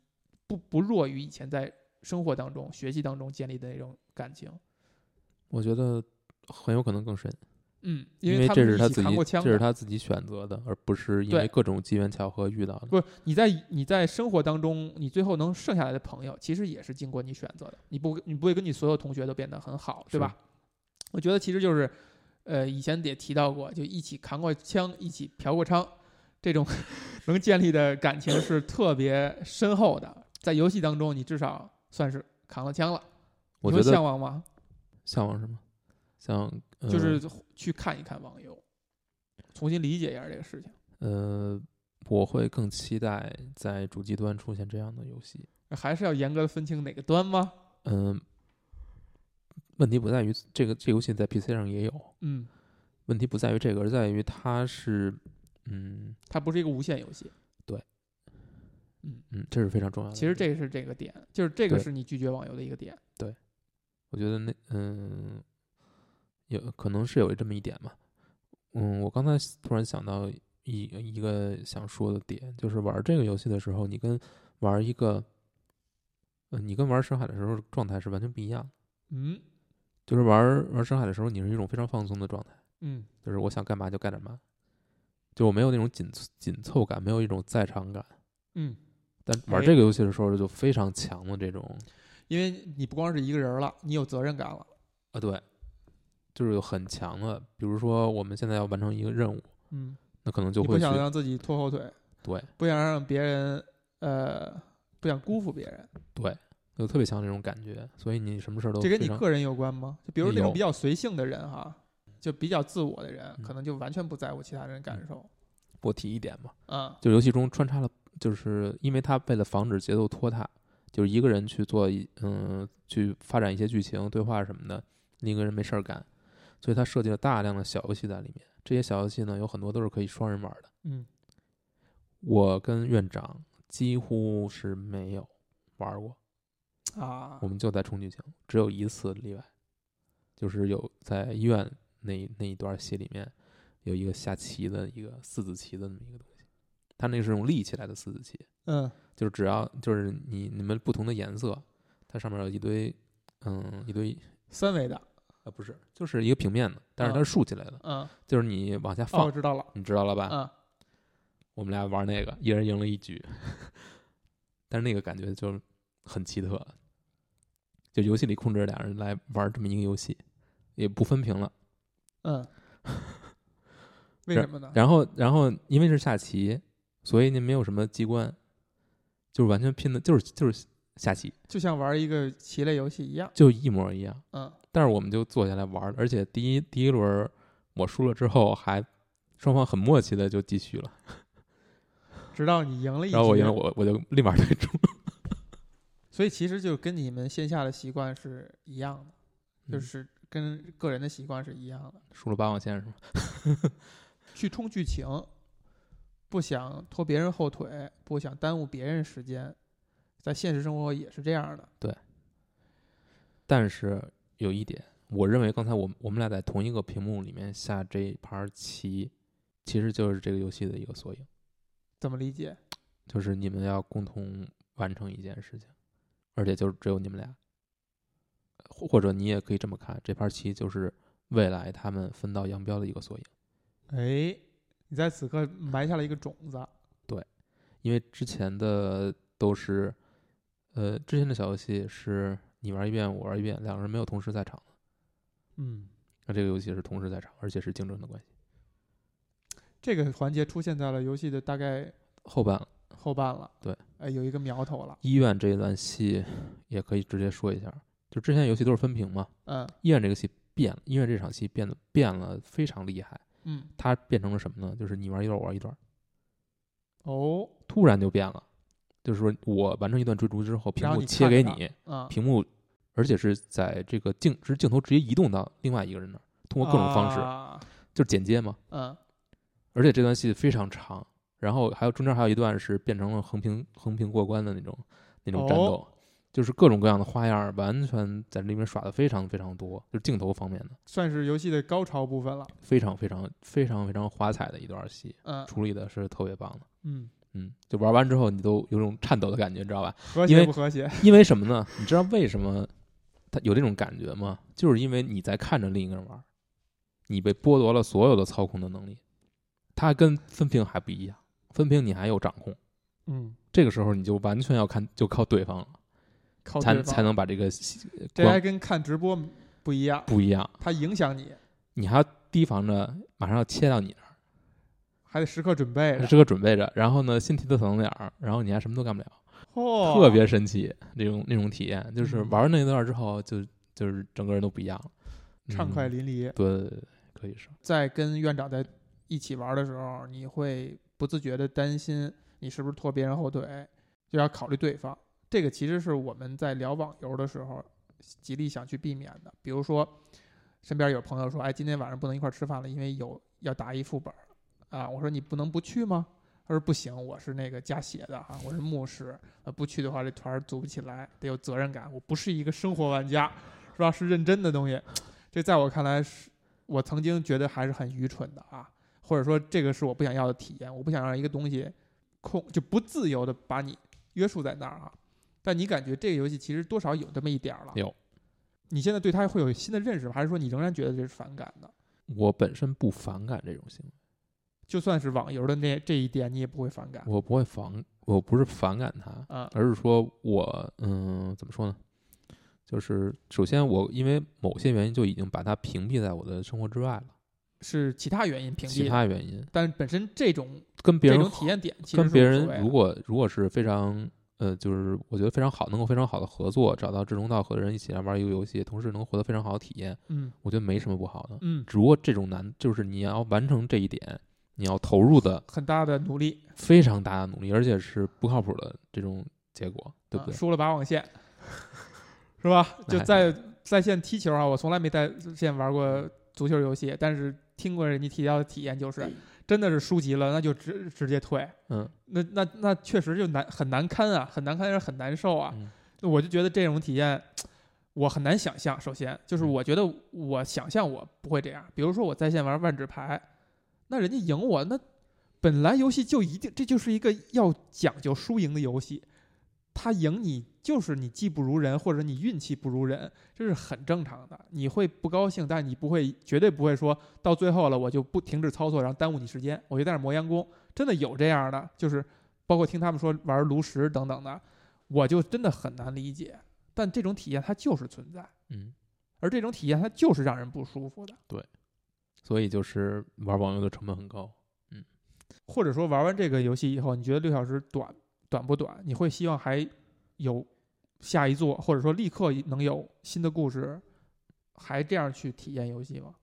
S1: 不不弱于以前在生活当中、学习当中建立的那种感情。
S2: 我觉得很有可能更深。
S1: 嗯，
S2: 因
S1: 为他
S2: 这
S1: 们
S2: 是
S1: 一
S2: 他
S1: 起
S2: 自己
S1: 扛过，枪
S2: 这是
S1: 的。
S2: 他自己选择的，而不是因
S1: 对
S2: 为各种机缘巧合遇到的。
S1: 不是你在你在生活当中，你最后能剩下来的朋友，其实也是经过你选择的。你不你不会跟你所有同学都变得很好，对吧？我觉得其实就是，呃，以前也提到过，就一起扛过枪，一起嫖过娼，这种 *laughs* 能建立的感情是特别深厚的。在游戏当中，你至少算是扛了枪了。
S2: 我
S1: 你
S2: 觉
S1: 会
S2: 得
S1: 向往吗？
S2: 向往什么？像、呃、
S1: 就是去看一看网游，重新理解一下这个事情。
S2: 呃，我会更期待在主机端出现这样的游戏。
S1: 还是要严格的分清哪个端吗？
S2: 嗯、问题不在于这个这游戏在 PC 上也有，
S1: 嗯，
S2: 问题不在于这个，而在于它是嗯
S1: 它不是一个无限游戏。
S2: 嗯，这是非常重要的问题。
S1: 其实这个是这个点，就是这个
S2: 对
S1: 是你拒绝网游的一个点。
S2: 我觉得那嗯，有可能是有这么一点吧。嗯，我刚才突然想到一一个想说的点，就是玩这个游戏的时候，你跟玩一个，嗯，你跟玩深海的时候状态是完全不一样的。
S1: 嗯
S2: 就是玩玩深海的时候，你是一种非常放松的状态，
S1: 嗯
S2: 就是我想干嘛就干点嘛，就我没有那种紧紧凑感，没有一种在场感。
S1: 嗯，
S2: 但玩
S1: 哎
S2: 这个游戏的时候，就非常强的这种
S1: 因为你不光是一个人了，你有责任感了。
S2: 啊，对，就是有很强的，比如说我们现在要完成一个任务。
S1: 嗯，
S2: 那可能就
S1: 你
S2: 会
S1: 不想
S2: 去
S1: 让自己拖后腿，
S2: 对
S1: 不想让别人呃，不想辜负别人。
S2: 对，就特别像这种感觉，所以你什么事儿都
S1: 这跟
S2: 非
S1: 你
S2: 常
S1: 个人有关吗？就比如那
S2: 有
S1: 种比较随性的人哈，就比较自我的人，
S2: 嗯
S1: 可能就完全不在乎其他人感受。
S2: 我提一点嘛，
S1: 嗯
S2: 就游戏中穿插了，就是因为他为了防止节奏拖沓，就是一个人去做一嗯去发展一些剧情、对话什么的，另一个人没事儿干，所以他设计了大量的小游戏在里面。这些小游戏呢，有很多都是可以双人玩的。
S1: 嗯，
S2: 我跟院长几乎是没有玩过，
S1: 啊
S2: 我，们就在冲剧情，只有一次例外，就是有在医院那一那一段戏里面有一个下棋的一个四子棋的那么一个东西，它那是用立起来的四子棋，
S1: 嗯
S2: 就是只要就是你你们不同的颜色，它上面有一堆嗯一堆
S1: 三维的，
S2: 呃不是就是一个平面的，但是它
S1: 啊
S2: 是竖起来的，
S1: 嗯，
S2: 就是你往下
S1: 哦，
S2: 放，
S1: 我知道了，
S2: 你知道了吧？
S1: 嗯，
S2: 我们俩玩那个，一人赢了一局， *laughs* 但是那个感觉就很奇特，就游戏里控制俩人来玩这么一个游戏，也不分屏了。
S1: 嗯， *laughs* 为什么呢？
S2: 然后，然后因为是下棋，所以你没有什么机关，就是完全拼的，就是就是下棋，
S1: 就像玩一个棋类游戏一样，
S2: 就一模一样。
S1: 嗯，
S2: 但是我们就坐下来玩儿，而且第一第一轮儿我输了之后还。双方很默契的就继续了，
S1: 直到你赢了一局，
S2: 然后我赢了，我我就 *laughs* 立马退出。
S1: 所以其实就跟你们线下的习惯是一样的，就是跟个人的习惯是一样的，
S2: 嗯输了八网线是吗？
S1: 去冲剧情，不想拖别人后腿，不想耽误别人时间，在现实生活也是这样的，
S2: 但是有一点，我认为刚才我们我们俩在同一个屏幕里面下这一盘棋，其实就是这个游戏的一个缩影，
S1: 怎么理解？
S2: 就是你们要共同完成一件事情，而且就只有你们俩，或或者你也可以这么看，这盘棋就是未来他们分道扬镳的一个缩影。
S1: 哎，你在此刻埋下了一个种子，
S2: 因为之前的都是，呃，之前的小游戏是你玩一遍，我玩一遍，两个人没有同时在场的，
S1: 嗯，
S2: 那这个游戏是同时在场，而且是竞争的关系。
S1: 这个环节出现在了游戏的大概
S2: 后半
S1: 后半了，
S2: 对，
S1: 哎，有一个苗头了，
S2: 医院这一段戏也可以直接说一下，就之前游戏都是分屏嘛，
S1: 嗯
S2: 医院这个戏变了，医院这场戏变得变了非常厉害，
S1: 嗯，
S2: 它变成了什么呢？就是你玩一段，我玩一段，
S1: 哦，
S2: 突然就变了，就是说我完成一段追逐之后，屏
S1: 然后
S2: 幕
S1: 你
S2: 切
S1: 看
S2: 给
S1: 着
S2: 你，
S1: 嗯，
S2: 屏幕而且是在这个镜，是镜头直接移动到另外一个人那儿，通过各种方式，
S1: 啊
S2: 就是剪接嘛。
S1: 嗯，
S2: 而且这段戏非常长，然后还有中间还有一段是变成了横屏横屏过关的那种那种战斗，就是各种各样的花样儿，完全在里面耍的非常非常多，就是镜头方面的
S1: 算是游戏的高潮部分了，
S2: 非常非常非常非常华彩的一段戏，
S1: 嗯
S2: 处理的是特别棒的。
S1: 嗯，
S2: 嗯，就玩完之后你都有种颤抖的感觉，你知道吧？
S1: 和
S2: 因
S1: 谐
S2: 为
S1: 不和谐？
S2: 因为什么呢？你知道为什么他有这种感觉吗？就是因为你在看着另一个人玩儿，你被剥夺了所有的操控的能力。它跟分屏还不一样，分屏你还有掌控，
S1: 嗯，
S2: 这个时候你就完全要看，就靠对方了，
S1: 靠对
S2: 才
S1: 方
S2: 才能把这个戏
S1: 这还
S2: 光
S1: 跟看直播不一样，
S2: 不一样。
S1: 它影响你，
S2: 你还要提防着马上要切到你那
S1: 还得时刻准备
S2: 儿，
S1: 着，
S2: 时刻准备着，然后呢心提的疼点儿，然后你还什么都干不了，
S1: 哦，
S2: 特别神奇。这种那种体验，就是
S1: 嗯
S2: 玩那段之后，就就是整个人都不一样了，嗯
S1: 畅快。淋漓。
S2: 对对，对对可以说
S1: 在跟院长在一起玩的时候，你会不自觉的担心你是不是拖别人后腿，就要考虑对方。这个其实是我们在聊网游的时候极力想去避免的。比如说，身边有朋友说：“哎，今天晚上不能一块儿吃饭了，因为有要答一副本儿啊。”我说：“你不能不去吗？”他说：“不行，我是那个加血的哈、我是牧师，呃，不去的话这团儿组不起来，得有责任感。我不是一个生活玩家，是吧？是认真的东西。这在我看来是我曾经觉得还是很愚蠢的啊，或者说这个是我不想要的体验，我不想让一个东西控就不自由的把你约束在那儿啊。但你感觉这个游戏其实多少有这么一点儿了，
S2: 有。
S1: 你现在对它会有新的认识吗？还是说你仍然觉得这是反感的？
S2: 我本身不反感这种行为，
S1: 就算是网游的那这一点，你也不会反感
S2: 我不会防，我不是反感它，
S1: 啊？
S2: 而是说我嗯，怎么说呢？就是首先我因为某些原因就已经把它屏蔽在我的生活之外了，
S1: 是其他原因屏
S2: 其
S1: 蔽的，
S2: 他原因
S1: 但本身这种
S2: 跟别
S1: 这
S2: 人
S1: 种
S2: 好
S1: 体验点其实
S2: 跟
S1: 是
S2: 别
S1: 无所谓
S2: 人
S1: 的
S2: 如果如果是非常呃，就是我觉得非常好，能够非常好的合作，找到志同道合的人一起来玩一个游戏，同时能获得非常好的体验，
S1: 嗯
S2: 我觉得没什么不好的。
S1: 嗯，
S2: 只不过这种难，就是你要完成这一点，你要投入的
S1: 很大的努力，
S2: 非常大的努力，而且是不靠谱的这种结果，对不
S1: 啊
S2: 对？哎
S1: 输了拔网线，是吧？
S2: 那
S1: 就
S2: 还
S1: 在在线踢球啊，我从来没在线玩过足球游戏，但是听过人家提到的体验就是，真的是输急了，那就直直接退。
S2: 嗯，
S1: 那那那确实就难很难堪啊，很难堪，很难受啊。
S2: 嗯
S1: 那我就觉得这种体验，我很难想象。首先就是
S2: 嗯
S1: 我觉得我想象我不会这样，比如说我在线玩万智牌，那人家赢我，那本来游戏就一定这就是一个要讲究输赢的游戏，他赢你就是你技不如人，或者你运气不如人，这是很正常的。你会不高兴，但你不会绝对不会说到最后了我就不停止操作，然后耽误你时间。我就在那儿磨洋工，真的有这样的，就是包括听他们说玩炉石等等的，我就真的很难理解。但这种体验它就是存在，
S2: 嗯，
S1: 而这种体验它就是让人不舒服的。
S2: 所以就是玩网游的成本很高。
S1: 或者说玩完这个游戏以后，你觉得六小时短短不短？你会希望还有下一座，或者说立刻能有新的故事，还这样去体验游戏吗？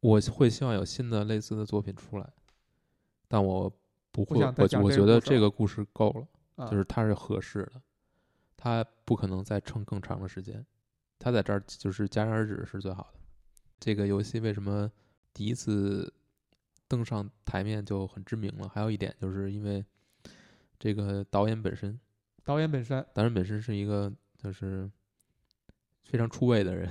S2: 我会希望有新的类似的作品出来，但我不
S1: 不
S2: 会，
S1: 想再
S2: 我
S1: 讲
S2: 我
S1: 这
S2: 觉
S1: 个
S2: 得
S1: 故事
S2: 这
S1: 了
S2: 个故事够了，
S1: 啊、
S2: 就是它是合适的，它不可能再撑更长的时间，它在这儿就是戛然而止是最好的。这个游戏为什么第一次登上台面就很知名了？还有一点就是因为这个导演本身，
S1: 导演本身
S2: 导演本身是一个就是非常出位的人，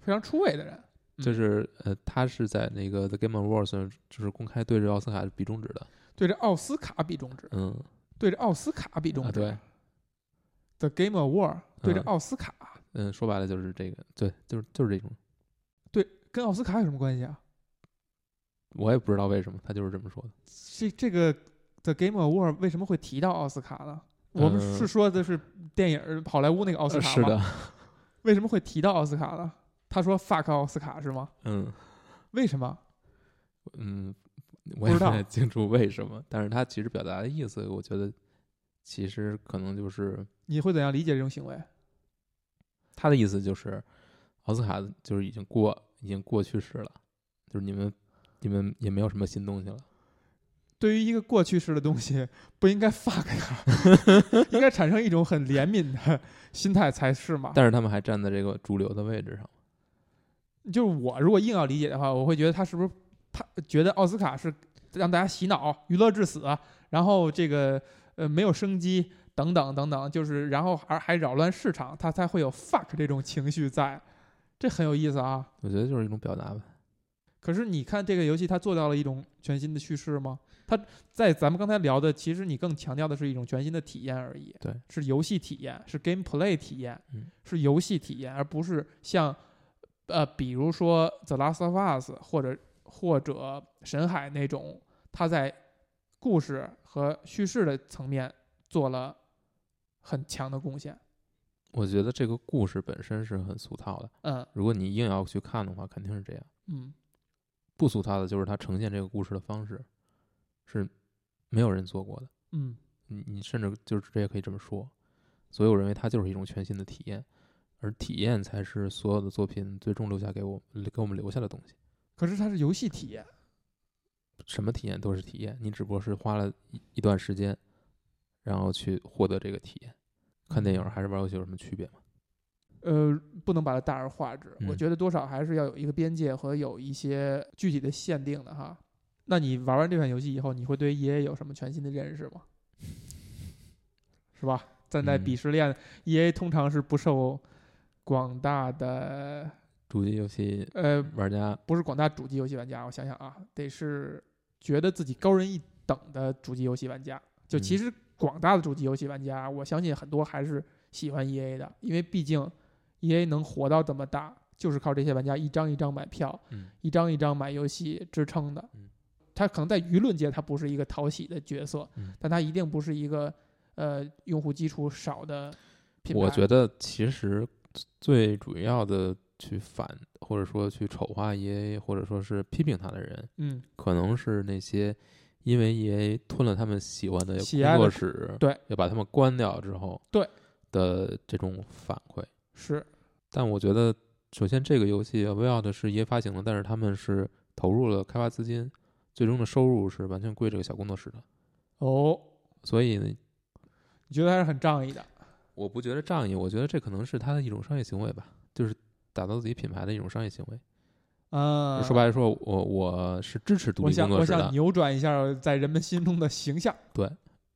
S1: 非常出位的人，
S2: 就
S1: 嗯
S2: 是呃，他是在那个 The Game Awards 上就是公开对着奥斯卡比中指的，
S1: 对着奥斯卡比中指，
S2: 嗯，
S1: 对着奥斯卡比中
S2: 啊
S1: 指、
S2: 对，
S1: The Game Award 对着
S2: 嗯
S1: 奥斯卡，
S2: 嗯，说白了就是这个，对，就是就是这种，
S1: 跟奥斯卡有什么关系啊？
S2: 我也不知道为什么他就是这么说的，
S1: 这这个 The Game Award 为什么会提到奥斯卡呢？
S2: 呃
S1: 我们是说的是电影儿好莱坞那个奥斯
S2: 呃
S1: 卡吗？
S2: 是的，
S1: 为什么会提到奥斯卡呢？他说 “fuck 奥斯卡”是吗？
S2: 嗯
S1: 为什么？
S2: 嗯，我也
S1: 不知
S2: 不
S1: 道
S2: 太清楚为什么，但是他其实表达的意思，我觉得其实可能就是
S1: 你会怎样理解这种行为？
S2: 他的意思就是奥斯卡就是已经过已经过去式了，就是你们你们也没有什么新东西了，
S1: 对于一个过去式的东西，不应该 fuck 它， *laughs* 应该产生一种很怜悯的心态才是嘛。
S2: 但是他们还站在这个主流的位置上，
S1: 就是我如果硬要理解的话，我会觉得他是不是他觉得奥斯卡是让大家洗脑、娱乐至死，然后这个呃没有生机等等等等，就是然后还还扰乱市场，他才会有 fuck 这种情绪在，这很有意思啊。
S2: 我觉得就是一种表达吧。
S1: 可是你看这个游戏，它做到了一种全新的叙事吗？它在咱们刚才聊的，其实你更强调的是一种全新的体验而已。
S2: 对，
S1: 是游戏体验，是 gameplay 体验，
S2: 嗯
S1: 是游戏体验，而不是像呃，比如说《The Last of Us》或者或者《神海》那种，它在故事和叙事的层面做了很强的贡献。
S2: 我觉得这个故事本身是很俗套的，
S1: 嗯
S2: 如果你硬要去看的话，肯定是这样。
S1: 嗯，
S2: 不俗套的就是它呈现这个故事的方式，是没有人做过的。
S1: 嗯，
S2: 你你甚至就直接可以这么说，所以我认为它就是一种全新的体验，而体验才是所有的作品最终留下给我给我们留下的东西。
S1: 可是它是游戏体验，
S2: 什么体验都是体验，你只不过是花了一一段时间，然后去获得这个体验。看电影还是玩游戏有什么区别吗？
S1: 呃，不能把它大而化之。我
S2: 嗯
S1: 觉得多少还是要有一个边界和有一些具体的限定的哈。那你玩完这款游戏以后，你会对 EA 有什么全新的认识吗？是吧？站在
S2: 嗯
S1: 鄙视链、e a 通常是不受广大的
S2: 主机游戏
S1: 呃，
S2: 玩家
S1: 不是广大主机游戏玩家，我想想啊，得是觉得自己高人一等的主机游戏玩家。就
S2: 嗯
S1: 其实广大的主机游戏玩家，我相信很多还是喜欢 EA 的，因为毕竟 EA 能活到这么大，就是靠这些玩家一张一张买票，
S2: 嗯
S1: 一张一张买游戏支撑的
S2: 嗯。
S1: 他可能在舆论界他不是一个讨喜的角色
S2: 嗯，
S1: 但他一定不是一个呃用户基础少的品牌。
S2: 我觉得其实最主要的去反 E 或者说去丑化 EA，或者说是批评他的人，
S1: 嗯
S2: 可能是那些因为 EA 吞了他们喜欢的
S1: 喜
S2: 工
S1: 爱的
S2: 作室，
S1: 对，
S2: 要把他们关掉之后，
S1: 对
S2: 的这种反馈。
S1: 是
S2: 但我觉得，首先这个游戏 v i 的是 EA 发行的，但是他们是投入了开发资金，最终的收入是完全归这个小工作室的，
S1: 哦，
S2: 所以呢，
S1: 你觉得还是很仗义的，
S2: 我不觉得仗义，我觉得这可能是他的一种商业行为吧，就是打造自己品牌的一种商业行为。
S1: 嗯，
S2: 说白了说，我我是支持独
S1: 我
S2: 立
S1: 想
S2: 工
S1: 我
S2: 作室
S1: 想
S2: 的，
S1: 扭转一下在人们心中的形象，
S2: 对，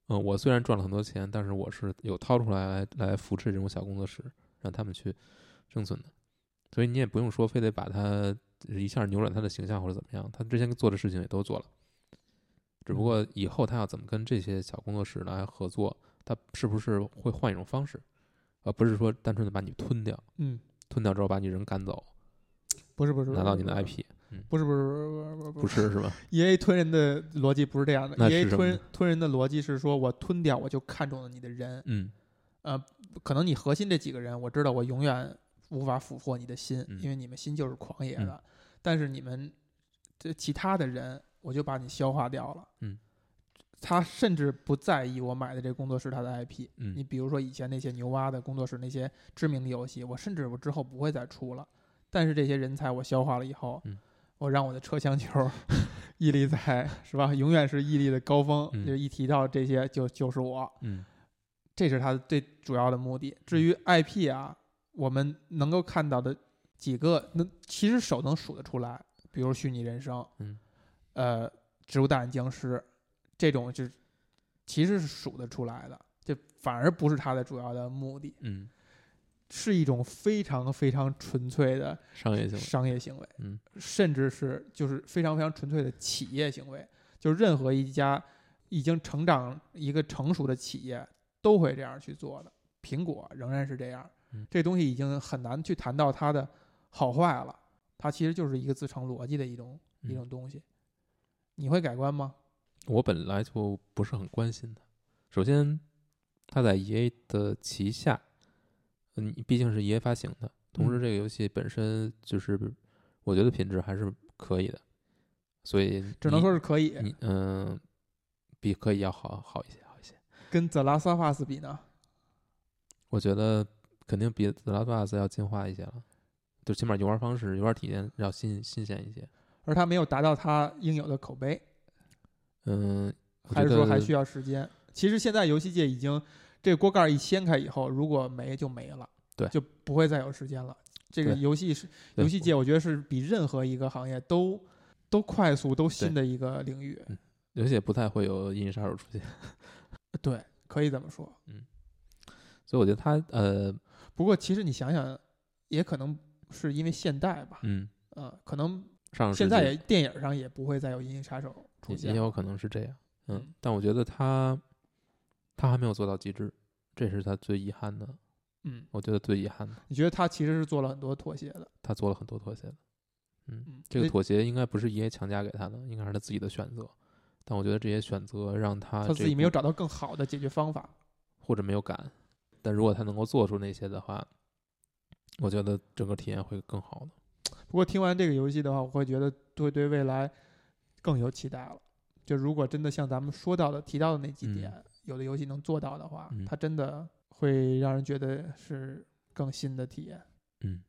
S2: 嗯，我虽然赚了很多钱，但是我是有掏出来来来扶持这种小工作室，让他们去生存的，所以你也不用说非得把它一下扭转他的形象或者怎么样，他之前做的事情也都做了，只不过以后他要怎么跟这些小工作室来合作，他是不是会换一种方式，而不是说单纯的把你吞掉，
S1: 嗯，
S2: 吞掉之后把你人赶走，
S1: 不是不是，
S2: 拿到你的
S1: 不是
S2: IP，
S1: 不是不是不是不
S2: 不
S1: 是
S2: 是是吧？
S1: ，E A 吞人的逻辑不是这样的
S2: 那
S1: ，E
S2: 是
S1: A
S2: 什么
S1: 吞
S2: 呢
S1: 吞人的逻辑是说我吞掉我就看中了你的人，
S2: 嗯，
S1: 可能你核心这几个人，我知道我永远无法俘获你的心，
S2: 嗯
S1: 因为你们心就是狂野
S2: 嗯
S1: 的，但是你们这其他的人，我就把你消化掉了，
S2: 嗯。
S1: 他甚至不在意我买的这工作室他的 IP，
S2: 嗯
S1: 你比如说以前那些牛蛙的工作室那些知名的游戏，我甚至我之后不会再出了。但是这些人才我消化了以后，
S2: 嗯
S1: 我让我的车厢球屹立在是吧？永远是屹立的高峰。
S2: 嗯
S1: 就是一提到这些就就是我，
S2: 嗯
S1: 这是他最主要的目的。至于 IP 啊，我们能够看到的几个，能其实手能数得出来，比如虚拟人生，
S2: 嗯，
S1: 呃，植物大战僵尸这种就是其实是数得出来的，这反而不是它的主要的目的，
S2: 嗯，
S1: 是一种非常非常纯粹的
S2: 商业行为，
S1: 商业行为，
S2: 嗯，
S1: 甚至是就是非常非常纯粹的企业行为，就是任何一家已经成长一个成熟的企业都会这样去做的。苹果仍然是这样
S2: 嗯，
S1: 这东西已经很难去谈到它的好坏了，它其实就是一个自成逻辑的一种
S2: 嗯
S1: 一种东西。你会改观吗？
S2: 我本来就不是很关心它。首先，它在 EA 的旗下，嗯，毕竟是 EA 发行的，同时
S1: 嗯
S2: 这个游戏本身就是，我觉得品质还是可以的，所以
S1: 只能
S2: 你
S1: 说是可以，
S2: 你嗯、比可以要好好一些，好一些。
S1: 跟《The Last of Us》比呢，
S2: 我觉得肯定比《The Last of Us》要进化一些了，就起码游玩方式、游玩体验要新新鲜一些。
S1: 而它没有达到它应有的口碑。
S2: 嗯、我
S1: 还是
S2: 觉
S1: 说
S2: 得
S1: 还需要时间？其实现在游戏界已经这个锅盖一掀开以后，如果没就没了，
S2: 对
S1: 就不会再有时间了。这个
S2: 对
S1: 游戏是
S2: 对
S1: 游戏界，我觉得是比任何一个行业都都快速、都新的一个领域。
S2: 游戏也不太会有《银翼杀手》出现，
S1: 对，可以这么说。
S2: 所以我觉得它呃
S1: 不过其实你想想，也可能是因为现代吧，
S2: 嗯，
S1: 嗯，可能
S2: 上个世
S1: 现在
S2: 纪
S1: 也电影上也不会再有《银翼杀手》出
S2: 也
S1: 现
S2: 也。有可能是这样。嗯
S1: 嗯，
S2: 但我觉得他他还没有做到极致，这是他最遗憾的。
S1: 嗯，
S2: 我觉得最遗憾的，
S1: 你觉得他其实是做了很多妥协的？
S2: 他做了很多妥协的。嗯，
S1: 嗯，
S2: 这个
S1: 那
S2: 妥协应该不是爷爷强加给他的，应该是他自己的选择。但我觉得这些选择让他
S1: 他
S2: 这
S1: 自己
S2: 一
S1: 没有
S2: 步
S1: 找到更好的解决方法。
S2: 或者没有敢。但如果他能够做出那些的话，我觉得整个体验会更好的。
S1: 不过听完这个游戏的话，我会觉得会对未来更有期待了。就如果真的像咱们说到的、提到的那几点，有的游戏能做到的话，
S2: 嗯
S1: 它真的会让人觉得是更新的体验。
S2: 嗯，